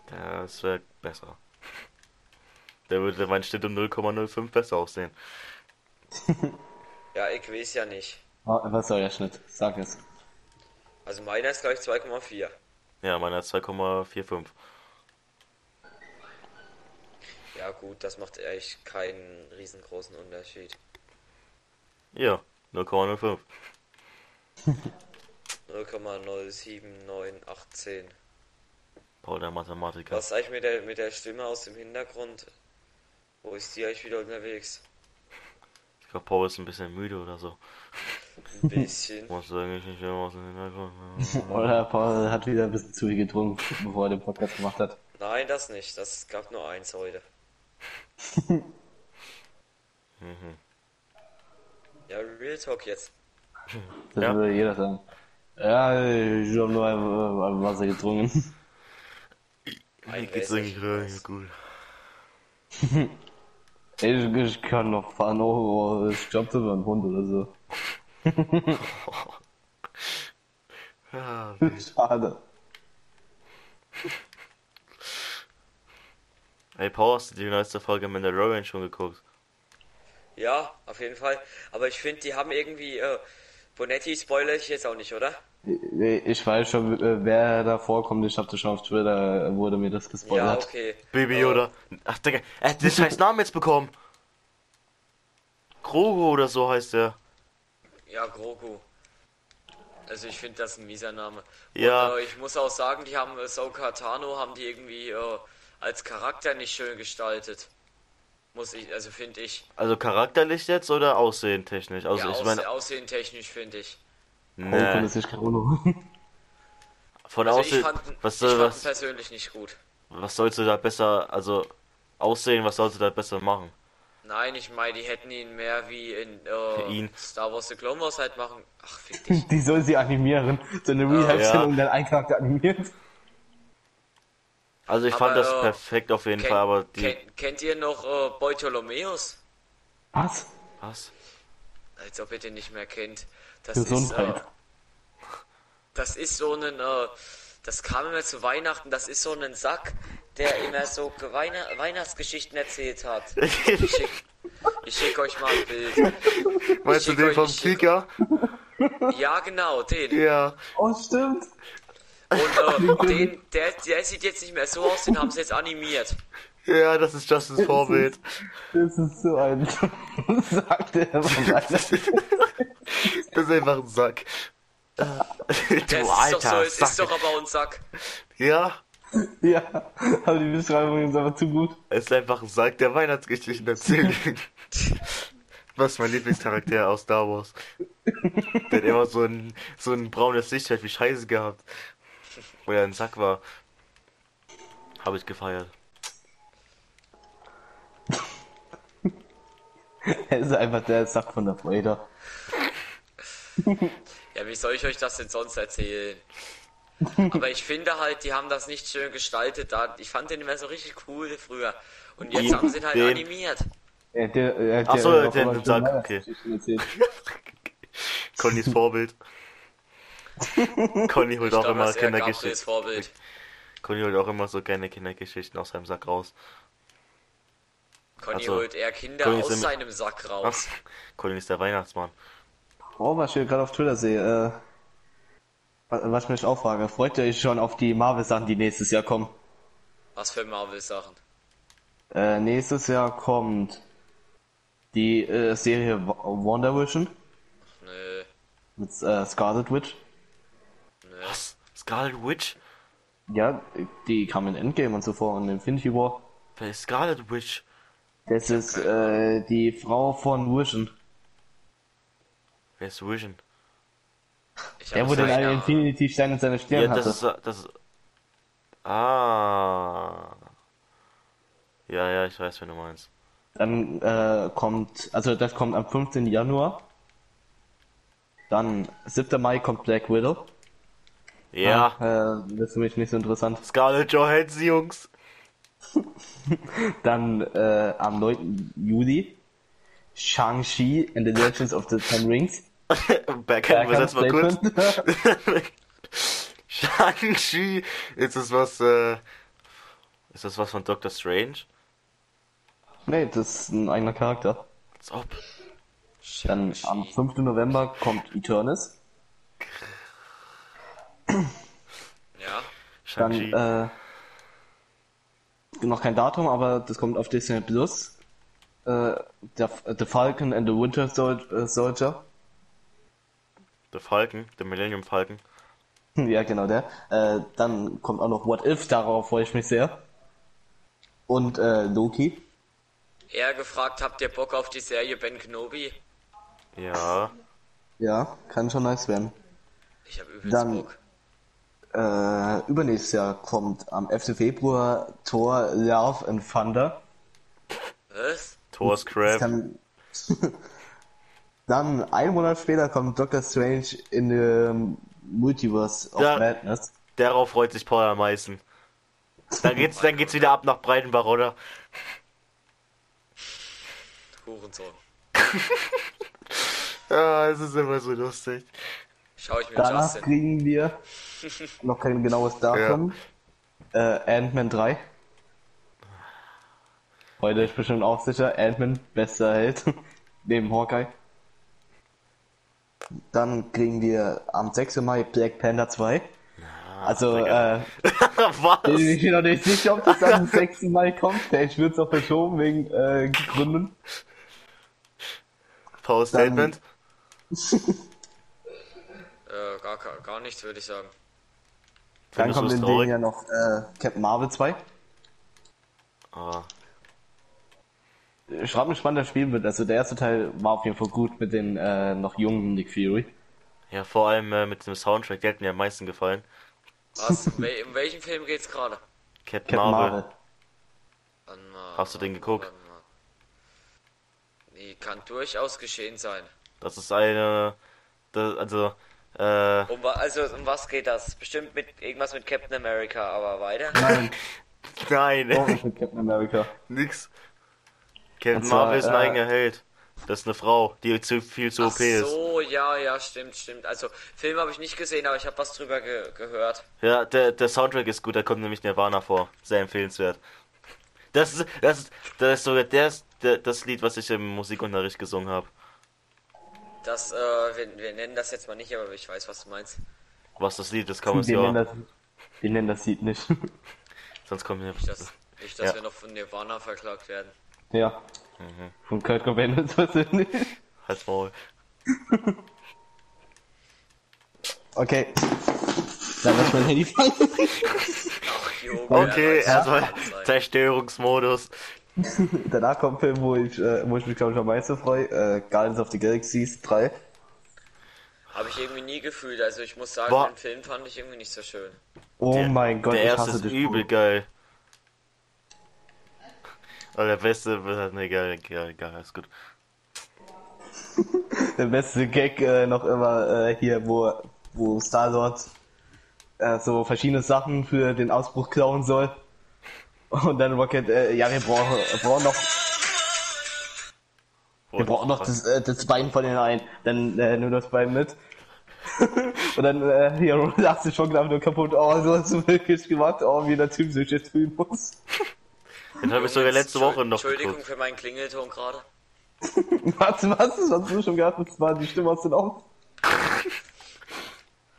Speaker 2: Das wäre besser. Der würde mein Schnitt um 0,05 besser aussehen.
Speaker 1: Ja, ich weiß ja nicht.
Speaker 3: Wa- Ah, Was soll der Schnitt? Sag es.
Speaker 1: Also meiner ist gleich 2,4.
Speaker 2: Ja, meiner ist 2,45.
Speaker 1: Ja gut, das macht eigentlich keinen riesengroßen Unterschied.
Speaker 2: Ja, 0,05.
Speaker 1: 0,07918.
Speaker 2: Paul, der Mathematiker.
Speaker 1: Was ist eigentlich mit der, mit der Stimme aus dem Hintergrund? Wo ist die eigentlich wieder unterwegs?
Speaker 2: Ich glaube, Paul ist ein bisschen müde oder so.
Speaker 1: Ein bisschen.
Speaker 2: Muss eigentlich nicht immer aus dem Hintergrund.
Speaker 3: Oder Paul hat wieder ein bisschen zu viel getrunken, bevor er den Podcast gemacht hat.
Speaker 1: Nein, das nicht. Das gab nur eins heute. Ja, Real Talk jetzt.
Speaker 3: Das
Speaker 2: Ja.
Speaker 3: würde jeder sagen. Ja, ich habe nur ein, ein Wasser getrunken.
Speaker 2: Mir geht's eigentlich relativ gut.
Speaker 3: Ich, ich kann noch fahren, oh, ich glaube sogar ein Hund oder so.
Speaker 2: Ja,
Speaker 3: Schade.
Speaker 2: Hey Paul, hast du die neueste Folge Mandalorian schon geguckt?
Speaker 1: Ja, auf jeden Fall. Aber ich finde, die haben irgendwie. Äh, Bonetti spoilere ich jetzt auch nicht, oder?
Speaker 3: Ich, ich weiß schon, äh, wer da vorkommt. Ich habe das schon auf Twitter, äh, wurde mir das
Speaker 1: Ja,
Speaker 3: gespoilert.
Speaker 1: okay.
Speaker 2: Baby Yoda. Ach, Digga, er hat den scheiß Namen jetzt bekommen. Grogu oder so heißt er.
Speaker 1: Ja, Grogu. Also ich finde das ein mieser Name.
Speaker 2: Ja.
Speaker 1: Und, äh, ich muss auch sagen, die haben äh, Ahsoka Tano haben die irgendwie äh, als Charakter nicht schön gestaltet. Muss ich, also finde ich.
Speaker 2: Also charakterlich jetzt oder aussehen technisch? Also
Speaker 1: ja,
Speaker 2: ich
Speaker 1: aus,
Speaker 2: meine,
Speaker 1: aussehentechnisch finde ich.
Speaker 3: Hund
Speaker 2: nee.
Speaker 3: ist nicht Corona.
Speaker 2: Von
Speaker 1: Also ich
Speaker 2: aussehen,
Speaker 1: fand,
Speaker 2: was,
Speaker 1: ich
Speaker 2: soll-
Speaker 1: fand
Speaker 2: was,
Speaker 1: persönlich nicht gut.
Speaker 2: was sollst du da besser, also aussehen, was sollst du da besser machen?
Speaker 1: Nein, ich meine, die hätten ihn mehr wie in äh,
Speaker 2: Ihn.
Speaker 1: Star Wars The Clone Wars halt machen. Ach, fick dich.
Speaker 3: Die soll sie animieren. So eine Rehab-Sendung, dann ein Charakter animiert.
Speaker 2: Also ich fand
Speaker 1: Aber,
Speaker 2: das
Speaker 1: äh,
Speaker 2: perfekt auf jeden
Speaker 1: Ken-
Speaker 2: Fall, aber die,
Speaker 1: ken, kennt ihr noch äh, Bartholomäus?
Speaker 3: Was?
Speaker 2: was?
Speaker 1: als ob ihr den nicht mehr kennt. Das
Speaker 3: Gesundheit.
Speaker 1: ist. Äh, das ist so ein, äh, das kam immer zu Weihnachten, das ist so ein Sack, der immer so Weihna Weihnachtsgeschichten erzählt hat. Ich schick, ich schick euch mal ein Bild.
Speaker 2: Meinst du
Speaker 1: schick
Speaker 2: den
Speaker 1: euch-
Speaker 2: vom
Speaker 1: ich schick-
Speaker 2: Krieger?
Speaker 1: Ja, genau, den.
Speaker 2: Ja.
Speaker 3: Oh, stimmt.
Speaker 1: Und äh, den, der, der sieht jetzt nicht mehr so aus, den haben sie jetzt animiert.
Speaker 2: Ja, das ist Justins Vorbild.
Speaker 3: Das ist so ein. sagte er von einer.
Speaker 2: Das ist einfach ein Sack. Äh,
Speaker 1: Der
Speaker 2: Du
Speaker 1: ist doch so,
Speaker 2: alter
Speaker 1: es ist doch
Speaker 2: Sack.
Speaker 1: aber ein Sack.
Speaker 2: Ja,
Speaker 3: Ja, aber die Beschreibung ist einfach zu gut.
Speaker 2: es ist einfach ein Sack der Weihnachtsgeschichten erzählen. Was mein Lieblingscharakter aus Star Wars. Der hat immer so ein, so ein braunes Lichtschwert wie Scheiße gehabt. Wo er ein Sack war. Habe ich gefeiert.
Speaker 3: Er ist einfach der Sack von der Freude.
Speaker 1: Ja, wie soll ich euch das denn sonst erzählen? Aber ich finde halt, die haben das nicht schön gestaltet. Da, ich fand den immer so richtig cool früher. Und jetzt haben sie ihn halt
Speaker 2: Den-
Speaker 1: animiert.
Speaker 3: Er hat dir- er hat
Speaker 2: Ach
Speaker 3: dir
Speaker 2: so,
Speaker 3: auch
Speaker 2: Äh, der- ne? der
Speaker 3: immer schön
Speaker 2: Sack, okay.
Speaker 3: Weihnachtsgeschichten erzählt.
Speaker 2: Connys Vorbild. Conny holt
Speaker 1: Ich
Speaker 2: auch
Speaker 1: glaube,
Speaker 2: immer
Speaker 1: das ist eher Gabriels
Speaker 2: Kindergeschichten.
Speaker 1: Vorbild.
Speaker 2: Conny holt auch immer so gerne Kindergeschichten aus seinem Sack raus.
Speaker 1: Conny
Speaker 2: Also,
Speaker 1: holt eher Kinder
Speaker 2: Conny ist
Speaker 1: aus
Speaker 2: im-
Speaker 1: seinem Sack
Speaker 2: Ach,
Speaker 1: raus.
Speaker 2: Conny ist der Weihnachtsmann.
Speaker 3: Oh, was ich hier gerade auf Twitter sehe, äh, was was ich mich auch frage, freut ihr euch schon auf die Marvel-Sachen, die nächstes Jahr kommen?
Speaker 1: Was für Marvel-Sachen.
Speaker 3: Äh, nächstes Jahr kommt die äh, Serie Wa- Wonder Vision
Speaker 1: Nö,
Speaker 3: mit äh, Scarlet Witch.
Speaker 1: nö.
Speaker 2: Was? Scarlet Witch?
Speaker 3: Ja, die kam in Endgame und so vor und Infinity War.
Speaker 2: Wer ist Scarlet Witch?
Speaker 3: Das ist äh, die Frau von Vision.
Speaker 2: Wer ist Vision?
Speaker 1: Ich
Speaker 3: Der,
Speaker 1: hab
Speaker 3: wo den
Speaker 1: keine
Speaker 3: einen
Speaker 1: Ahnung.
Speaker 3: Infinity-Stein in seiner Stirn
Speaker 2: Ja, das
Speaker 3: hatte.
Speaker 2: ist. Das ist. Ah. Ja, ja, ich weiß, wen du meinst.
Speaker 3: Dann äh, kommt, also das kommt am 15. Januar. Dann 7. Mai kommt Black Widow.
Speaker 2: Ja.
Speaker 3: Äh, das ist für mich nicht so interessant.
Speaker 2: Scarlett Johansson, Jungs.
Speaker 3: Dann äh, am 9. Juli Shang-Chi and the Legends of the Ten Rings.
Speaker 2: Backhand,
Speaker 3: Kein
Speaker 2: übersetzt mal kurz.
Speaker 3: Statement.
Speaker 2: Shang-Chi. Ist das was, äh. Ist das was von Doctor Strange?
Speaker 3: nee, das ist ein eigener Charakter.
Speaker 2: Als ob.
Speaker 3: Dann am 5. November kommt Eternus.
Speaker 1: Ja,
Speaker 3: Dann
Speaker 2: Shang-Chi.
Speaker 3: äh, noch kein Datum, aber das kommt auf Disney Plus. Äh, der, The Falcon and the Winter Sol äh, Soldier.
Speaker 2: Der Falken, der Millennium Falken.
Speaker 3: Ja, genau der. Äh, dann kommt auch noch What If, darauf freue ich mich sehr. Und äh, Loki.
Speaker 1: er gefragt, habt ihr Bock auf die Serie Ben Kenobi?
Speaker 2: Ja.
Speaker 3: Ja, kann schon nice werden.
Speaker 1: Ich hab übelst
Speaker 3: Dann-
Speaker 1: Bock.
Speaker 3: Äh, übernächstes Jahr kommt am 11. Februar Thor Love and Thunder.
Speaker 1: Was?
Speaker 2: Thor's
Speaker 3: Das
Speaker 2: Crab.
Speaker 3: kann... Dann ein Monat später kommt Doctor Strange in the Multiverse of
Speaker 2: Ja.
Speaker 3: Madness.
Speaker 2: Darauf freut sich Paul am meisten. Dann geht's, dann geht's wieder ab nach Breitenbach, oder?
Speaker 1: Hurensohn.
Speaker 2: Ja, es ist immer so lustig.
Speaker 1: Schau ich mir
Speaker 3: Danach
Speaker 1: Justin.
Speaker 3: kriegen wir noch kein genaues Datum. Äh, Ant-Man 3. Heute ist bestimmt auch sicher. Ant-Man, bester Held. Neben Hawkeye. Dann kriegen wir am 6. Mai Black Panther 2. also, äh, bin
Speaker 2: Was?
Speaker 3: Also, ich mir noch nicht sicher, ob das dann am 6. Mai kommt. Vielleicht wird's auch verschoben wegen äh, Gründen.
Speaker 2: Paul Statement?
Speaker 1: Äh, gar, gar, gar nichts, würde ich sagen.
Speaker 3: Dann
Speaker 2: Findest du
Speaker 3: kommt
Speaker 2: es
Speaker 3: in dem
Speaker 2: traurig?
Speaker 3: Jahr noch äh, Captain Marvel 2.
Speaker 2: Ah,
Speaker 3: Ich frage mich, wann das Spiel wird. Also der erste Teil war auf jeden Fall gut mit den äh, noch jungen Nick Fury.
Speaker 2: ja, vor allem äh, mit dem Soundtrack, der hat mir am meisten gefallen.
Speaker 1: Was? In wel- in welchem Film geht's gerade?
Speaker 2: Captain,
Speaker 3: Captain
Speaker 2: Marvel.
Speaker 3: Marvel.
Speaker 1: Warte mal,
Speaker 2: Hast du den
Speaker 1: warte
Speaker 2: geguckt?
Speaker 1: mal. Nee, kann durchaus geschehen sein.
Speaker 2: Das ist eine. Das, also, äh,
Speaker 1: Um, wa- also, um was geht das? Bestimmt mit irgendwas mit Captain America, aber weiter?
Speaker 3: Nein,
Speaker 2: nein,
Speaker 3: doch nicht mit Captain America.
Speaker 2: nix. Captain
Speaker 3: Oh. Und zwar,
Speaker 2: Marvel ist ein
Speaker 3: äh,
Speaker 2: eigener Held. Das ist eine Frau, die zu viel zu
Speaker 1: Ach
Speaker 2: OP ist.
Speaker 1: so, ja, ja, stimmt, stimmt. Also, Film habe ich nicht gesehen, aber ich habe was drüber ge gehört.
Speaker 2: Ja, der, der Soundtrack ist gut, da kommt nämlich Nirvana vor. Sehr empfehlenswert. Das ist, das ist, das ist sogar das, der- das Lied, was ich im Musikunterricht gesungen habe.
Speaker 1: Das, äh, wir, wir nennen das jetzt mal nicht, aber ich weiß, was du meinst.
Speaker 2: Was das Lied ist, kann man es
Speaker 3: wir, nennen
Speaker 2: ja.
Speaker 3: das, wir nennen das Lied nicht.
Speaker 2: Sonst kommt mir.
Speaker 1: Nicht, dass, nicht, dass
Speaker 2: Ja.
Speaker 1: wir noch von Nirvana verklagt werden.
Speaker 3: ja.
Speaker 2: Mhm.
Speaker 3: Von Kurt Cobain und so.
Speaker 2: Halt's Maul.
Speaker 3: Okay. Dann lass mein Handy fallen.
Speaker 1: Ach, Junge, Alter,
Speaker 2: Okay,
Speaker 1: das
Speaker 2: erstmal
Speaker 1: kann sein.
Speaker 2: Zerstörungsmodus.
Speaker 3: Danach kommt ein Film, wo ich, äh, wo ich mich, glaube ich, am meisten freue. Äh, Guardians of the Galaxy 3.
Speaker 1: Habe ich irgendwie nie gefühlt. Also, ich muss sagen,
Speaker 2: Boah.
Speaker 1: den Film fand ich irgendwie nicht so schön.
Speaker 3: Oh mein Gott,
Speaker 2: der
Speaker 3: ich
Speaker 2: erste
Speaker 3: hasse
Speaker 2: ist
Speaker 3: dich.
Speaker 2: übel geil. Aber der beste wird halt, ne, egal, egal, egal, ist gut.
Speaker 3: Der beste Gag äh, noch immer äh, hier, wo, wo Star-Lord äh, so verschiedene Sachen für den Ausbruch klauen soll. Und dann Rocket, äh, ja, wir brauchen, wir brauchen noch, wir brauchen noch das, äh, das Bein von den einen. Dann äh, nimm das Bein mit. Und dann, äh, hier, Rocket lacht sich schon nur kaputt. Oh, so hast du wirklich gemacht. Oh, wie der Typ sich jetzt fühlen muss.
Speaker 2: Den habe ich sogar
Speaker 1: Junge,
Speaker 2: letzte Woche noch
Speaker 1: Entschuldigung
Speaker 2: geguckt.
Speaker 1: für meinen Klingelton gerade.
Speaker 3: Was, was, was hast du schon gehabt? Das war die Stimme aus den Augen.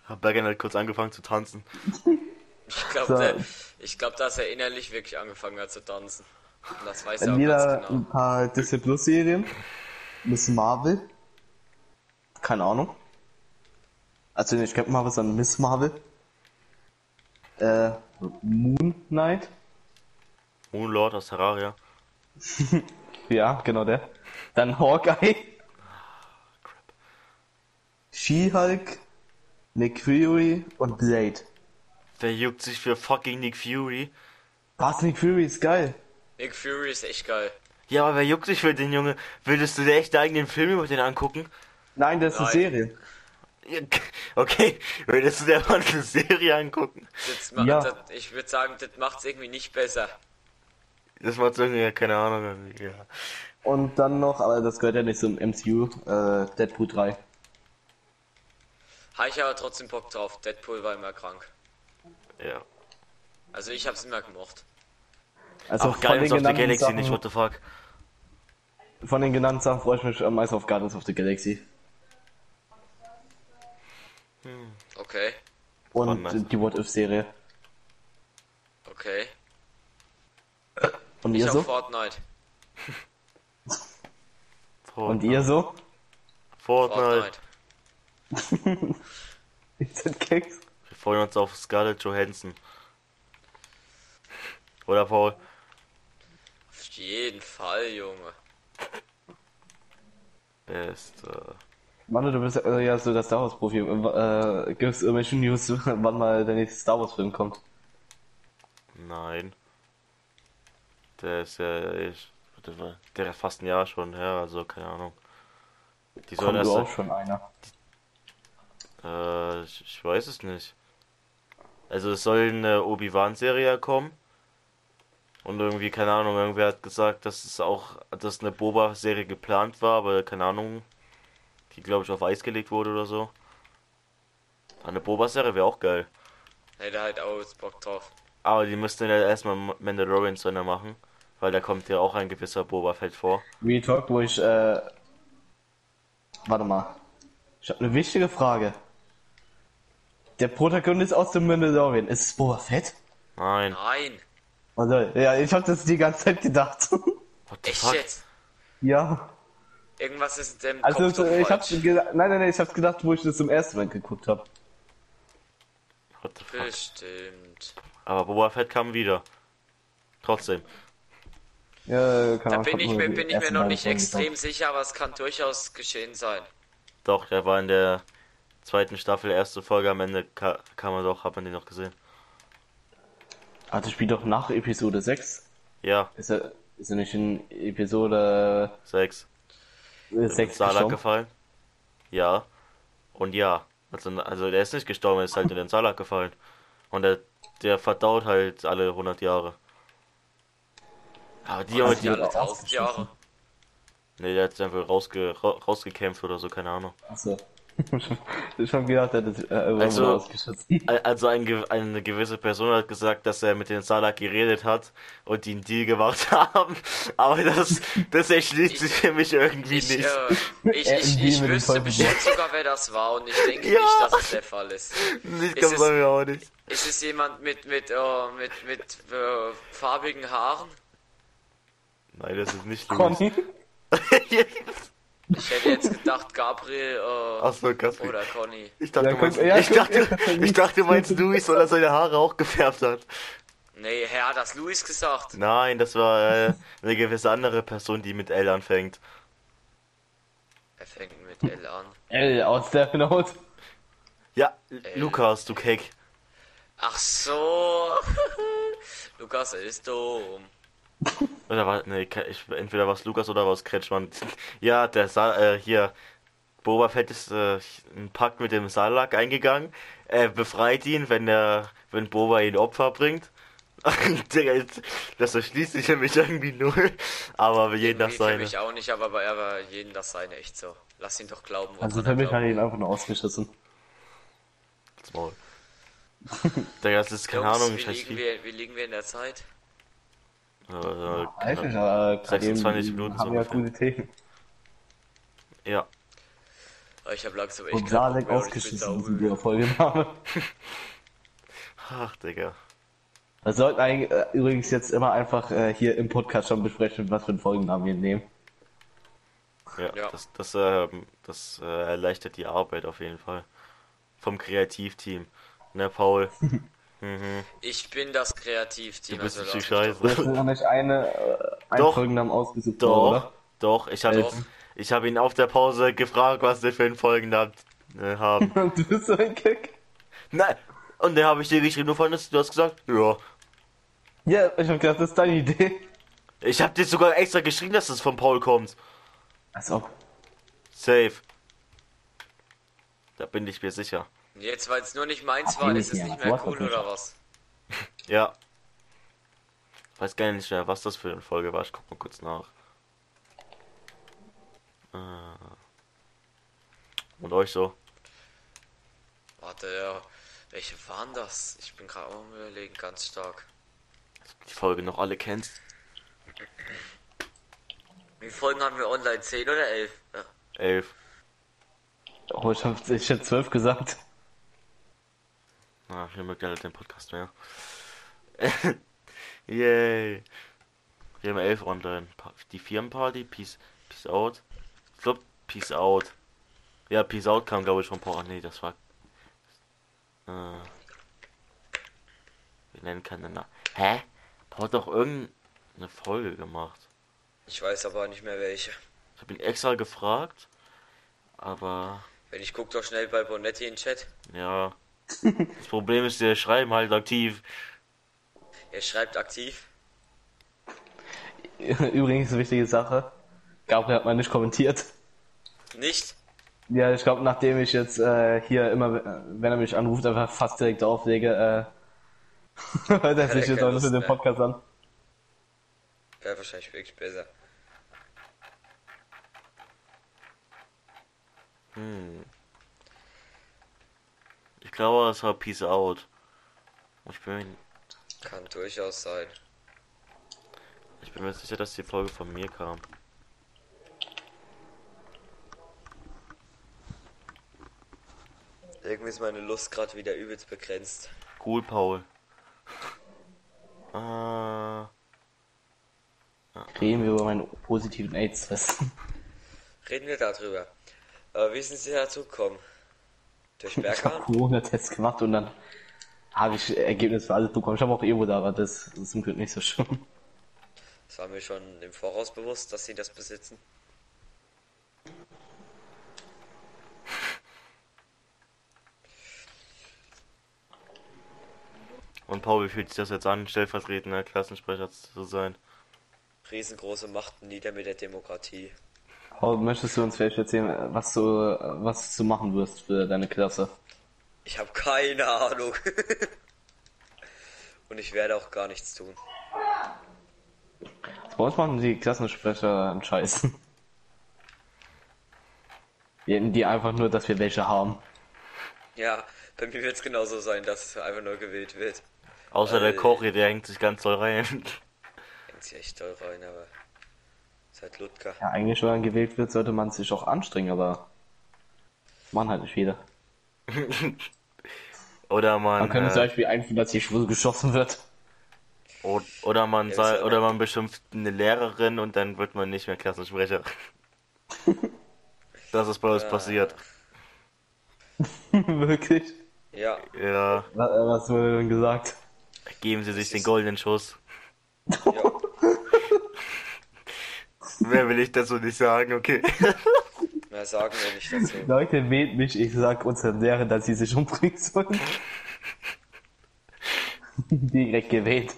Speaker 2: Hab Bergen hat kurz angefangen zu tanzen.
Speaker 1: Ich glaube,
Speaker 3: So.
Speaker 1: der- ich glaub, dass er innerlich wirklich angefangen hat zu tanzen. Und das weiß er
Speaker 3: Dann
Speaker 1: auch
Speaker 3: wieder
Speaker 1: ganz
Speaker 3: Äh, ein
Speaker 1: genau.
Speaker 3: paar Disney Plus Serien. Miss Marvel. Keine Ahnung. Also ich glaube Marvel, sondern Miss Marvel. Äh, Moon Knight.
Speaker 2: Moonlord aus Terraria.
Speaker 3: Ja, genau der. Dann Hawkeye. She-Hulk. Nick Fury und Blade.
Speaker 2: Wer juckt sich für fucking Nick Fury?
Speaker 3: Was, Nick Fury ist geil.
Speaker 1: Nick Fury ist echt geil.
Speaker 2: Ja, aber wer juckt sich für den Junge? Würdest du dir echt deinen eigenen Film über den angucken?
Speaker 3: Nein, das ist eine
Speaker 1: Nein.
Speaker 3: Serie.
Speaker 2: Ja, Okay, würdest du dir mal eine Serie angucken?
Speaker 1: Das ma-
Speaker 3: Ja.
Speaker 1: das, ich würde sagen, das macht's irgendwie nicht besser.
Speaker 2: Das macht irgendwie ja keine Ahnung. also, Ja.
Speaker 3: Und dann noch, aber das gehört ja nicht zum MCU, äh, Deadpool 3.
Speaker 1: Habe ich aber trotzdem Bock drauf. Deadpool war immer krank.
Speaker 2: ja.
Speaker 1: Also ich hab's immer gemocht.
Speaker 3: Also
Speaker 2: Auch
Speaker 3: von
Speaker 2: Guardians
Speaker 3: den
Speaker 2: of the
Speaker 3: genannten
Speaker 2: Galaxy
Speaker 3: Sachen-
Speaker 2: nicht, what the fuck.
Speaker 3: Von den genannten Sachen freue ich mich am meisten auf Guardians of the Galaxy.
Speaker 1: Okay,
Speaker 3: Und
Speaker 2: Oh, nice.
Speaker 3: die What-If-Serie.
Speaker 1: okay.
Speaker 3: Und
Speaker 1: Ich
Speaker 3: ihr
Speaker 1: hab
Speaker 3: so?
Speaker 1: Fortnite.
Speaker 3: Und ihr so?
Speaker 2: Fortnite.
Speaker 1: Fortnite.
Speaker 3: Ihr seid Keks?
Speaker 2: Wir freuen uns auf Scarlett Johansson. Oder Paul?
Speaker 1: Auf jeden Fall, Junge.
Speaker 2: Best. Äh,
Speaker 3: Manu, du bist äh, ja so das Star Wars-Profi. Äh, Gibt es irgendwelche News, wann mal der nächste Star Wars-Film kommt?
Speaker 2: nein. Der ist ja. Ich, warte mal, der ist fast ein Jahr schon her, also keine Ahnung. Die sollen
Speaker 3: Kommt
Speaker 2: erst.
Speaker 3: du auch schon einer?
Speaker 2: Äh, ich, ich weiß es nicht. Also es soll eine Obi-Wan-Serie kommen. Und irgendwie, keine Ahnung, irgendwer hat gesagt, dass es auch, dass eine Boba-Serie geplant war, aber keine Ahnung, die glaube ich auf Eis gelegt wurde oder so. Eine Boba-Serie wäre auch geil.
Speaker 1: Hätte halt auch jetzt Bock drauf.
Speaker 2: Aber die müssten ja erstmal Mandalorian zu Ende machen, weil da kommt ja auch ein gewisser Boba Fett vor.
Speaker 3: Real Talk, wo ich, äh... Warte mal. Ich habe eine wichtige Frage. Der Protagonist aus dem Mandalorian, ist es Boba Fett?
Speaker 2: Nein.
Speaker 1: Nein.
Speaker 3: Oh lol. Ja, ich habe das die ganze Zeit gedacht.
Speaker 2: What the
Speaker 1: Echt
Speaker 2: fuck?
Speaker 1: jetzt?
Speaker 3: ja.
Speaker 1: Irgendwas ist in dem
Speaker 3: Also
Speaker 1: Kopf doch
Speaker 3: äh, ich hab's
Speaker 1: falsch.
Speaker 3: gedacht, nein, nein, nein, ich hab's gedacht, wo ich das zum ersten Mal geguckt habe.
Speaker 2: What the fuck?
Speaker 1: Bestimmt.
Speaker 2: Aber Boba Fett kam wieder. Trotzdem.
Speaker 3: Ja, keine
Speaker 1: Da
Speaker 3: Ahnung,
Speaker 1: bin
Speaker 3: hab
Speaker 1: ich
Speaker 3: nur
Speaker 1: mir,
Speaker 3: die
Speaker 1: bin ich mir
Speaker 3: ersten
Speaker 1: noch
Speaker 3: beiden
Speaker 1: nicht
Speaker 3: Folgen
Speaker 1: extrem
Speaker 3: geguckt.
Speaker 1: sicher, aber es kann durchaus geschehen sein.
Speaker 2: Doch, der war in der zweiten Staffel, erste Folge am Ende ka kam er doch, hat man den noch gesehen.
Speaker 3: Ah, das spielt doch nach Episode 6.
Speaker 2: Ja,
Speaker 3: Ist er, ist er nicht in Episode
Speaker 2: sechs.
Speaker 3: äh,
Speaker 2: Ist mit
Speaker 3: 6
Speaker 2: Salak
Speaker 3: gestorben?
Speaker 2: gefallen? Ja. Und ja. Also, also der ist nicht gestorben, er ist halt in den Salak gefallen. Und der, der verdaut halt alle 100 Jahre. Aber die,
Speaker 1: Ja,
Speaker 2: aber
Speaker 1: die
Speaker 2: die,
Speaker 1: alle tausend
Speaker 3: ausgeschlossen.
Speaker 1: Jahre.
Speaker 2: Nee, der hat sich einfach rausge ra rausgekämpft oder so, keine Ahnung.
Speaker 3: Achso. ich hab gedacht, er hat das äh, irgendwann
Speaker 2: Also-
Speaker 3: mal ausgeschützt.
Speaker 2: Al- Also ein, ge- eine gewisse Person hat gesagt, dass er mit den Salak geredet hat und die einen Deal gemacht haben. Aber das, das erschließt sich für mich irgendwie
Speaker 1: Ich,
Speaker 2: nicht.
Speaker 1: äh, ich,
Speaker 3: Äh,
Speaker 1: ich,
Speaker 3: in
Speaker 1: ich
Speaker 3: dem
Speaker 1: wüsste
Speaker 3: Fall-
Speaker 1: bestimmt sogar, wer das war und ich denke
Speaker 2: Ja.
Speaker 1: nicht, dass es der Fall ist.
Speaker 2: nicht
Speaker 1: es
Speaker 2: kommt
Speaker 1: ist-
Speaker 2: bei mir auch nicht.
Speaker 1: Ist es jemand mit mit äh, mit mit äh, farbigen Haaren?
Speaker 2: Nein, das ist nicht Louis.
Speaker 3: Conny?
Speaker 1: Ich hätte jetzt gedacht Gabriel äh,
Speaker 2: Achso, Kasper.
Speaker 1: oder Conny.
Speaker 2: Ich dachte,
Speaker 3: Ja,
Speaker 2: du meinst,
Speaker 3: guck- ja,
Speaker 2: ich,
Speaker 3: guck,
Speaker 2: dachte,
Speaker 3: ja,
Speaker 2: ich dachte, du meinst Louis, weil er seine Haare auch gefärbt hat.
Speaker 1: Nee, Herr hat das Luis gesagt.
Speaker 2: Nein, das war äh, eine gewisse andere Person, die mit L anfängt.
Speaker 1: Er fängt mit L an.
Speaker 3: L aus der Note.
Speaker 2: Ja,
Speaker 1: Äh.
Speaker 2: Lukas, du Keck.
Speaker 1: Ach so. Lukas er ist dumm.
Speaker 2: Oder war, nee, ke- ich, entweder war es Lukas oder war es Kretschmann. Ja, der Sa äh, hier, Boba Fett ist äh, einen Pakt mit dem Salak eingegangen. Er befreit ihn, wenn er, wenn Boba ihn Opfer bringt. Digga, jetzt- das erschließt sich für mich irgendwie null. Aber jeden nach
Speaker 1: Irgendwie für
Speaker 2: seine.
Speaker 1: mich auch nicht, aber bei aber jeden das seine echt so. Lass ihn doch glauben.
Speaker 3: Also
Speaker 1: woran er
Speaker 3: für mich hat
Speaker 1: glaubt.
Speaker 3: er ihn einfach nur ausgeschissen.
Speaker 2: Halt's Maul. Digga, das ist keine
Speaker 1: Jungs,
Speaker 2: Ahnung,
Speaker 1: wie
Speaker 2: ich
Speaker 1: liegen, wir, wie liegen wir in der Zeit?
Speaker 2: äh,
Speaker 3: Weiß nicht, aber gerade
Speaker 2: 26
Speaker 3: eben
Speaker 2: Minuten so
Speaker 3: haben wir ja
Speaker 2: ungefähr.
Speaker 3: gute Themen.
Speaker 2: Ja.
Speaker 1: Oh, Ich habe langsam echt
Speaker 3: Und
Speaker 1: keinen Bock
Speaker 3: Salek
Speaker 1: mehr und ich bin
Speaker 3: ausgeschissen sind
Speaker 1: saumüde.
Speaker 3: wir Folgename.
Speaker 2: Ach, Digga.
Speaker 3: Wir sollten eigentlich, äh, übrigens jetzt immer einfach äh, hier im Podcast schon besprechen, was für einen Folgennamen wir nehmen.
Speaker 2: Ja,
Speaker 1: Ja.
Speaker 2: das, das, ähm, das äh, erleichtert die Arbeit auf jeden Fall. Vom Kreativteam. Ne, Paul?
Speaker 1: Ich bin das Kreativteam.
Speaker 2: Du bist
Speaker 1: also
Speaker 2: richtig
Speaker 1: lass mich
Speaker 3: Du hast
Speaker 2: scheiße.
Speaker 3: noch nicht eine, äh, einen
Speaker 2: Doch.
Speaker 3: Folgennamen ausgesucht,
Speaker 2: Doch,
Speaker 3: oder?
Speaker 2: doch, ich habe
Speaker 1: Doch.
Speaker 2: jetzt, ich habe ihn auf der Pause gefragt, was wir für einen Folgennamen äh, haben.
Speaker 3: Und du bist so ein Kick.
Speaker 2: Nein! Und dann habe ich dir geschrieben, du fandest, du hast gesagt, ja.
Speaker 3: Ja, ich hab gedacht, das ist deine Idee.
Speaker 2: Ich habe dir sogar extra geschrieben, dass es von Paul kommt.
Speaker 3: Als ob.
Speaker 2: Safe. Da bin ich mir sicher.
Speaker 1: doch. Jetzt, weil es nur nicht meins
Speaker 3: Ach,
Speaker 1: war,
Speaker 3: nehme
Speaker 1: ist
Speaker 3: ich
Speaker 1: es
Speaker 3: mir,
Speaker 1: nicht
Speaker 3: was
Speaker 1: mehr
Speaker 3: war's
Speaker 1: cool
Speaker 3: denn?
Speaker 1: oder was?
Speaker 2: Ja. Weiß gar nicht mehr, was das für eine Folge war. Ich guck mal kurz nach. Äh. Und euch so.
Speaker 1: Warte, ja. Welche waren das? Ich bin gerade am überlegen, ganz stark.
Speaker 2: Die Folge noch alle kennst.
Speaker 1: Wie viele Folgen haben wir online? 10 oder 11? Ja.
Speaker 2: Elf.
Speaker 3: Oh, ich hab, ich hab zwölf gesagt.
Speaker 2: Na, ihr mögt alle den Podcast mehr. Yay. Wir haben elf online. Pa- Die Firmenparty, Peace, Peace Out. Ich glaub, Peace Out. Ja, Peace Out kam, glaube ich, von Paul. Nee, das war. Äh, wir nennen keine Namen. Hä? Paul hat doch irgendeine Folge gemacht.
Speaker 1: Ich weiß aber nicht mehr welche.
Speaker 2: Ich habe ihn extra gefragt. Aber.
Speaker 1: Wenn ich guck doch schnell bei Bonetti in den Chat.
Speaker 2: Ja. Das Problem ist, wir schreiben halt aktiv.
Speaker 1: Er schreibt aktiv.
Speaker 3: Übrigens, eine wichtige Sache. Gabriel hat mal nicht kommentiert.
Speaker 1: Nicht?
Speaker 3: Ja, ich glaube, nachdem ich jetzt äh, hier immer, äh, wenn er mich anruft, einfach fast direkt auflege, äh, hört er
Speaker 1: Hat
Speaker 3: sich
Speaker 1: er
Speaker 3: jetzt
Speaker 1: keine
Speaker 3: auch nicht in
Speaker 1: Lust
Speaker 3: den
Speaker 1: mehr.
Speaker 3: Podcast an.
Speaker 1: Wäre wahrscheinlich wirklich besser.
Speaker 2: Ich glaube, es war Peace Out. Und Ich bin,
Speaker 1: Kann durchaus sein.
Speaker 2: ich bin mir sicher, dass die Folge von mir kam.
Speaker 1: Irgendwie ist meine Lust gerade wieder übelst begrenzt.
Speaker 2: Cool, Paul. Ah,
Speaker 3: Reden wir über meinen positiven AIDS-Test.
Speaker 1: Reden wir darüber. Äh, wie sind Sie dazu gekommen? Durch
Speaker 3: Ich habe
Speaker 1: Berghahn?
Speaker 3: Corona-Test gemacht und dann habe ich Ergebnis für alles bekommen. Ich habe auch Evo da, aber das ist zum Glück nicht so schlimm.
Speaker 1: Das war mir schon im Voraus bewusst, dass Sie das besitzen.
Speaker 2: und Paul, wie fühlt sich das jetzt an, stellvertretender Klassensprecher zu sein?
Speaker 1: Riesengroße Macht nieder mit der Demokratie.
Speaker 3: Aber möchtest du uns vielleicht erzählen, was du, was du machen wirst für deine Klasse?
Speaker 1: Ich habe keine Ahnung. Und ich werde auch gar nichts tun.
Speaker 3: Bei uns machen die Klassensprecher einen Scheiß. Wir hätten die einfach nur, dass wir welche haben.
Speaker 1: Ja, bei mir wird es genauso sein, dass einfach nur gewählt wird.
Speaker 2: Außer der
Speaker 1: Äh.
Speaker 2: Cory, der hängt sich ganz doll rein.
Speaker 1: Denkt sich echt toll rein, aber. Seit Ludger.
Speaker 3: Ja, eigentlich, wenn man gewählt wird, sollte man sich auch anstrengen, aber man halt nicht wieder.
Speaker 2: Oder
Speaker 3: Man
Speaker 2: man,
Speaker 3: könnte zum
Speaker 2: äh,
Speaker 3: Beispiel einführen, dass die Schwule geschossen wird.
Speaker 2: o- oder man
Speaker 1: Ja,
Speaker 2: sei,
Speaker 1: ist ja-
Speaker 2: oder man beschimpft eine Lehrerin und dann wird man nicht mehr Klassensprecher. das ist bei
Speaker 1: Äh.
Speaker 2: uns passiert.
Speaker 3: Wirklich?
Speaker 1: Ja,
Speaker 2: Ja,
Speaker 3: Was, äh, was wurde denn gesagt?
Speaker 2: geben Sie sich den goldenen Schuss.
Speaker 1: ja.
Speaker 2: Mehr will ich dazu nicht sagen, okay.
Speaker 1: Mehr sagen wir nicht dazu.
Speaker 3: Leute, wählt mich, ich sag unseren Lehrern, dass sie sich umbringen sollen. Direkt gewählt.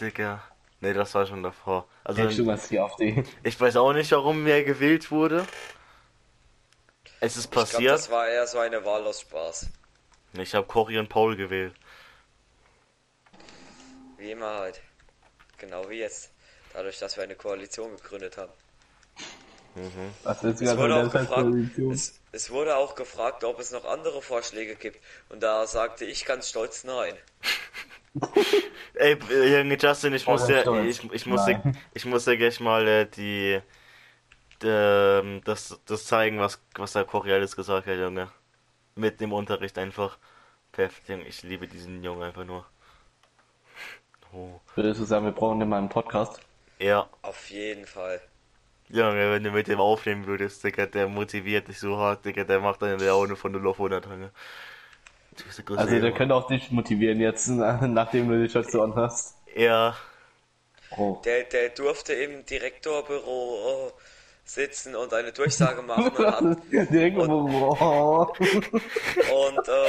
Speaker 2: Digga. Nee, das war schon davor. Also,
Speaker 3: Ja, stimmt, was hier auf die.
Speaker 2: ich weiß auch nicht, warum er gewählt wurde. Es ist
Speaker 1: Ich glaube, das
Speaker 2: passiert.
Speaker 1: war eher so eine Wahl aus Spaß.
Speaker 2: Ich habe Cory und Paul gewählt.
Speaker 1: Wie immer halt. Genau wie jetzt. Dadurch, dass wir eine Koalition gegründet haben.
Speaker 3: Was ist
Speaker 1: Es
Speaker 3: wieder
Speaker 1: wurde, auch
Speaker 3: so eine
Speaker 1: gefragt,
Speaker 3: halt Koalition?
Speaker 1: es, es wurde auch gefragt, ob es noch andere Vorschläge gibt. Und da sagte ich ganz stolz nein.
Speaker 2: Ey, äh, Junge Justin, ich muss
Speaker 3: Oh, das
Speaker 2: dir, ich,
Speaker 3: stimmt.
Speaker 2: ich muss dir,
Speaker 3: Nein.
Speaker 2: ich muss dir gleich mal äh, die, ähm, das, das zeigen, was, was der Cory alles gesagt hat, Junge. Mit dem Unterricht einfach. Perfekt, Junge, ich liebe diesen Jungen einfach nur. Oh.
Speaker 3: Würdest du sagen, wir brauchen den mal im Podcast?
Speaker 2: Ja,
Speaker 1: Auf jeden Fall.
Speaker 2: Junge, wenn du mit dem aufnehmen würdest, Digga, der motiviert dich so hart, Digga, der macht deine Laune von 0 auf 100, Junge. Diese Grüße,
Speaker 3: Also, der
Speaker 2: Junge.
Speaker 3: könnte auch dich motivieren jetzt, na- nachdem du dich halt so anhörst.
Speaker 2: Ja,
Speaker 3: Oh.
Speaker 1: Der, der durfte im Direktorbüro oh, sitzen und eine Durchsage machen und hat,
Speaker 3: Direkt oh.
Speaker 1: und, äh,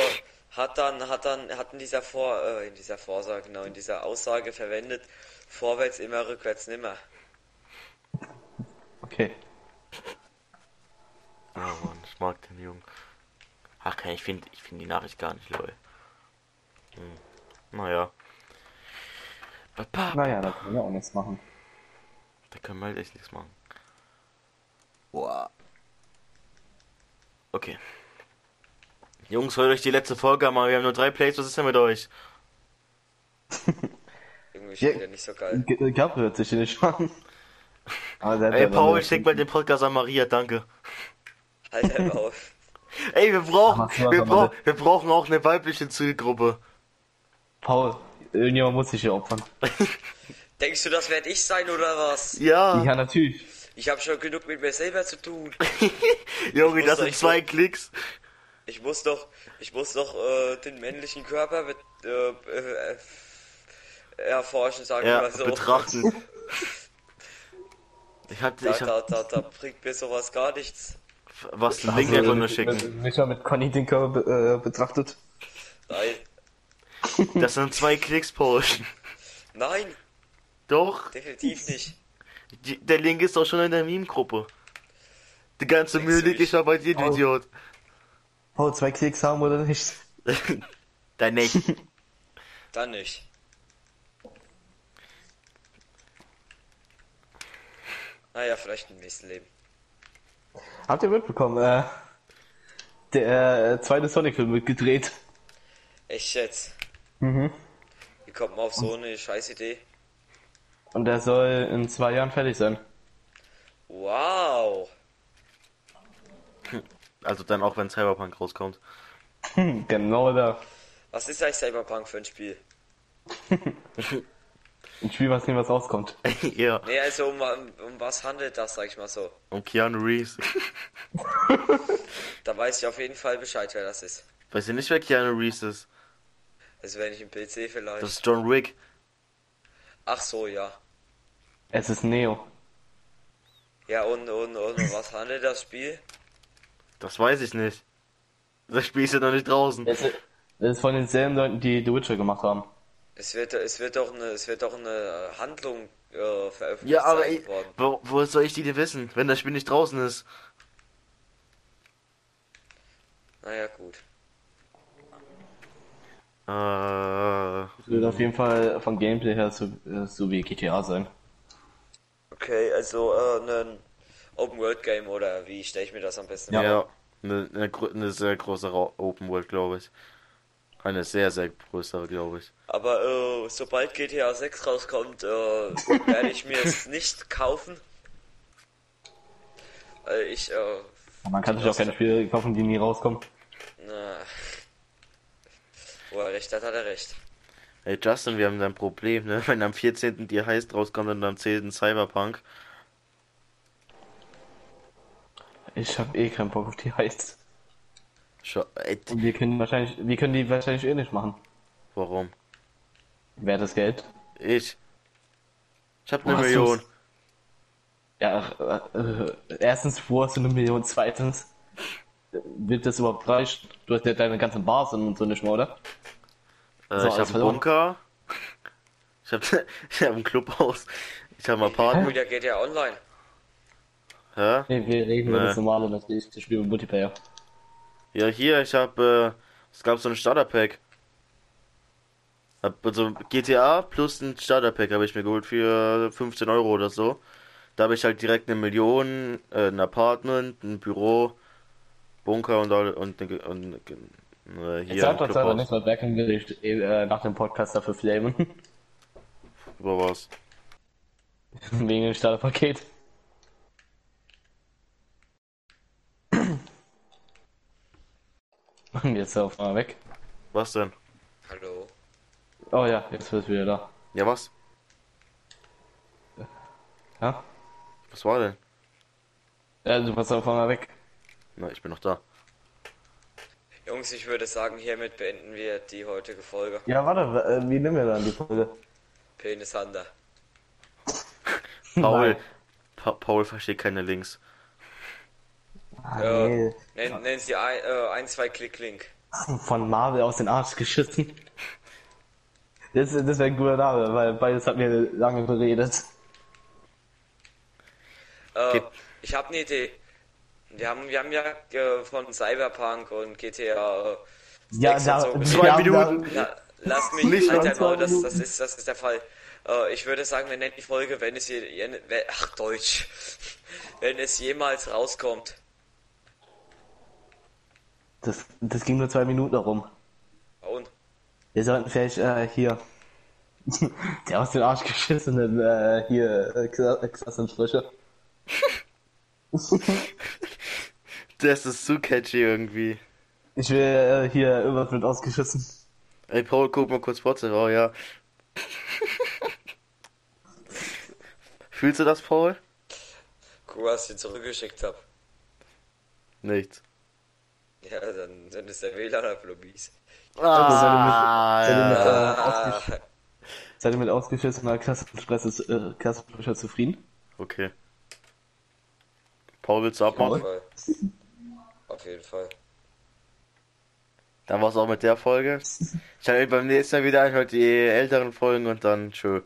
Speaker 1: hat dann, hat dann, hat in dieser Vor, äh, in dieser Vorsage, genau, in dieser Aussage verwendet, vorwärts immer, rückwärts nimmer.
Speaker 3: Okay.
Speaker 2: ja, Oh, Mann, ich mag den Jungen. Ach, okay, ich finde ich find die Nachricht gar nicht, lol. Hm. Naja. Ba, ba,
Speaker 3: Naja, da können wir auch nichts machen.
Speaker 2: Da können wir halt echt nichts machen. Boah. Okay. Jungs, hört euch die letzte Folge an, Mann. wir haben nur drei Plays, was ist denn mit euch?
Speaker 1: Irgendwie
Speaker 3: Ja.
Speaker 1: schon wieder nicht so geil.
Speaker 3: G- äh, Gab hört sich nicht an. Aber der hat
Speaker 2: Ey,
Speaker 3: ja
Speaker 2: Paul,
Speaker 3: dann-
Speaker 2: schick mal den Podcast an Maria, danke.
Speaker 1: Halt einfach auf.
Speaker 2: Ey, wir brauchen,
Speaker 3: Ach, was war
Speaker 2: wir,
Speaker 3: da
Speaker 2: brauch,
Speaker 3: mal?
Speaker 2: wir brauchen auch eine weibliche Zielgruppe.
Speaker 3: Paul, irgendjemand muss sich hier opfern.
Speaker 1: Denkst du, das werd ich sein oder was?
Speaker 2: Ja,
Speaker 3: Ja, natürlich.
Speaker 1: Ich habe schon genug mit mir selber zu tun.
Speaker 2: Junge,
Speaker 1: Ich
Speaker 2: das
Speaker 1: wusste,
Speaker 2: sind
Speaker 1: ich
Speaker 2: zwei Klicks.
Speaker 1: Ich muss doch, ich muss doch äh, den männlichen Körper be äh, äh, erforschen, sagen wir
Speaker 2: Ja,
Speaker 1: mal so.
Speaker 2: betrachten. Ich hab,
Speaker 1: Da,
Speaker 2: ich halt. hab
Speaker 1: da, da, da bringt mir sowas gar nichts.
Speaker 2: was einen Link einfach nur schicken.
Speaker 3: Nicht mal Also mit Conny den Körper be äh, betrachtet.
Speaker 1: Nein,
Speaker 2: Das sind zwei Klicks, Paul.
Speaker 1: nein,
Speaker 2: Doch.
Speaker 1: definitiv nicht.
Speaker 2: Die, der Link ist doch schon in der Meme-Gruppe. Die ganze
Speaker 1: Denkst du
Speaker 2: Mühe liegt
Speaker 1: nicht?
Speaker 2: ja bei dir, du
Speaker 3: Oh.
Speaker 2: Idiot.
Speaker 3: Paul, Oh, zwei Klicks haben oder nicht?
Speaker 2: Dann nicht.
Speaker 1: Dann nicht. Naja, Ah vielleicht im nächsten Leben.
Speaker 3: Habt ihr mitbekommen, äh, der äh, zweite Sonic-Film wird gedreht.
Speaker 1: Echt jetzt.
Speaker 3: Mhm.
Speaker 1: Wie kommt man auf so eine scheiß Idee?
Speaker 3: Und der soll in zwei Jahren fertig sein.
Speaker 1: Wow.
Speaker 2: Also dann auch, wenn Cyberpunk rauskommt.
Speaker 3: Hm, genau da.
Speaker 1: Was ist eigentlich Cyberpunk für ein Spiel?
Speaker 3: Ein Spiel, was niemals rauskommt.
Speaker 2: ja.
Speaker 1: Nee, also um, um, um was handelt das, sag ich mal so.
Speaker 2: Und Keanu Reeves.
Speaker 1: Da weiß ich auf jeden Fall Bescheid, wer das ist.
Speaker 2: Weißt du nicht, wer Keanu Reeves ist?
Speaker 1: Also wenn ich im PC vielleicht.
Speaker 2: Das ist John Wick.
Speaker 1: Ach so, ja.
Speaker 3: Es ist Neo.
Speaker 1: Ja, und, und, und um was handelt das Spiel?
Speaker 2: Das weiß ich nicht. Das Spiel ist ja noch nicht draußen.
Speaker 3: Es ist, es ist von denselben Leuten, die The Witcher gemacht haben.
Speaker 1: Es wird, es wird doch eine, es wird doch eine äh, Handlung äh, veröffentlicht
Speaker 2: Ja, aber
Speaker 1: sein
Speaker 2: ich,
Speaker 1: worden.
Speaker 2: wo, wo soll ich die denn wissen, wenn das Spiel nicht draußen ist?
Speaker 1: Naja, gut.
Speaker 2: Äh,
Speaker 3: Es wird auf jeden Fall vom Gameplay her so, äh, so wie GTA sein.
Speaker 1: Okay, also äh, ein Open World Game oder wie stelle ich mir das am besten
Speaker 2: ja.
Speaker 1: vor?
Speaker 2: Eine, eine, gro- eine sehr große Ra Open World, glaube ich. Eine sehr, sehr größere, glaube ich.
Speaker 1: Aber äh, sobald GTA 6 rauskommt, äh, werde ich mir es nicht kaufen. Äh, ich, äh,
Speaker 3: Man kann sich auch keine Spiele kaufen, die nie rauskommen.
Speaker 1: na. Wo er recht hat, hat er recht.
Speaker 2: Ey, Justin, wir haben da ein Problem, ne? Wenn am 14. die Heist rauskommt und am 10. Cyberpunk.
Speaker 3: Ich habe eh keinen Bock auf die Heiz.
Speaker 2: Scho ey, t-
Speaker 3: Und wir können wahrscheinlich, wir können die wahrscheinlich eh nicht machen.
Speaker 2: warum?
Speaker 3: Wer das Geld?
Speaker 2: Ich. Ich hab eine
Speaker 3: Boah, hast
Speaker 2: Million.
Speaker 3: du's- Ja, äh, äh, erstens, wo hast du eine Million? Zweitens, äh, wird das überhaupt reichen? Du hast ja deine ganzen Bars und so nicht mehr, oder?
Speaker 2: Äh,
Speaker 3: So,
Speaker 2: ich
Speaker 3: alles
Speaker 2: hab einen
Speaker 3: verloren.
Speaker 2: Bunker. Ich hab, ich hab ein Clubhaus. Ich hab ein Apartment.
Speaker 1: Wieder GTA Online.
Speaker 2: Hä?
Speaker 3: Nee, wir reden über
Speaker 2: Nee.
Speaker 3: das normale, natürlich, das Spiel mit Multiplayer.
Speaker 2: Ja, hier, ich hab, äh, es gab so ein Starterpack. Hab, also GTA plus ein Starterpack habe ich mir geholt für 15 Euro oder so. Da habe ich halt direkt eine Million, äh, ein Apartment, ein Büro, Bunker und all, und, und, und äh, hier
Speaker 3: Jetzt sagt
Speaker 2: ein
Speaker 3: uns aber
Speaker 2: Clubhaus.
Speaker 3: nicht, weil Bergen will ich äh, nach dem Podcast dafür flamen.
Speaker 2: Über was?
Speaker 3: Wegen dem Starterpaket. Und jetzt auf einmal weg.
Speaker 2: Was denn?
Speaker 1: Hallo.
Speaker 3: Oh ja, jetzt wird wieder da.
Speaker 2: Ja, was?
Speaker 3: Ja?
Speaker 2: Was war denn?
Speaker 3: ja, du warst auf einmal weg.
Speaker 2: Na, ich bin noch da.
Speaker 1: Jungs, ich würde sagen, hiermit beenden wir die heutige Folge.
Speaker 3: Ja, warte, äh, wie nehmen wir dann die Folge?
Speaker 1: Penis Hunter.
Speaker 2: Paul, pa Paul versteht keine Links.
Speaker 3: Ah,
Speaker 1: Ja.
Speaker 3: nee.
Speaker 1: Äh, Nenn, nennen Sie ein, äh, ein zwei Klick-Link.
Speaker 3: Von Marvel aus den Arsch geschissen. Das, das wäre ein guter Name, weil beides hat mir lange beredet.
Speaker 1: Äh,
Speaker 2: Geht-
Speaker 1: ich habe eine Idee. Wir haben, wir haben ja äh, von Cyberpunk und GTA. Äh,
Speaker 3: Ja,
Speaker 1: Extra so
Speaker 3: da,
Speaker 1: gesehen.
Speaker 2: Zwei
Speaker 3: wir haben da-
Speaker 2: Minuten.
Speaker 1: Na, äh, lass mich,
Speaker 2: Nicht
Speaker 1: Alter,
Speaker 2: ganz
Speaker 1: Maul,
Speaker 3: zwei
Speaker 1: das, das,
Speaker 3: Minuten.
Speaker 1: ist, das ist der Fall. Äh, ich würde sagen, wir nennen die Folge, wenn es je, je- wenn- ach, Deutsch, wenn es jemals rauskommt.
Speaker 3: Das, das ging nur zwei Minuten darum.
Speaker 1: Und
Speaker 3: Wir sollten vielleicht äh, hier. Der aus den Arsch geschissenen äh, hier äh, Klassensprecher.
Speaker 2: Das ist zu catchy irgendwie.
Speaker 3: Ich will äh, hier irgendwas mit ausgeschissen.
Speaker 2: Ey, Paul, guck mal kurz WhatsApp. Oh ja. Fühlst du das, Paul?
Speaker 1: guck, was ich dir zurückgeschickt habe.
Speaker 2: Nichts.
Speaker 1: Ja, dann, dann ist der WLAN auf Lobbies.
Speaker 3: Ah,
Speaker 2: ja.
Speaker 3: Seid ihr mit, äh,
Speaker 1: Ah,
Speaker 3: seid ihr mit ausgeschissener Klassensprecher, äh, Klassensprecher zufrieden?
Speaker 2: Okay. Paul, willst du
Speaker 1: auf jeden
Speaker 2: abmachen?
Speaker 1: Fall. Auf jeden Fall.
Speaker 2: Dann war's auch mit der Folge. Ich habe beim nächsten Mal wieder einmal die älteren Folgen und dann tschö.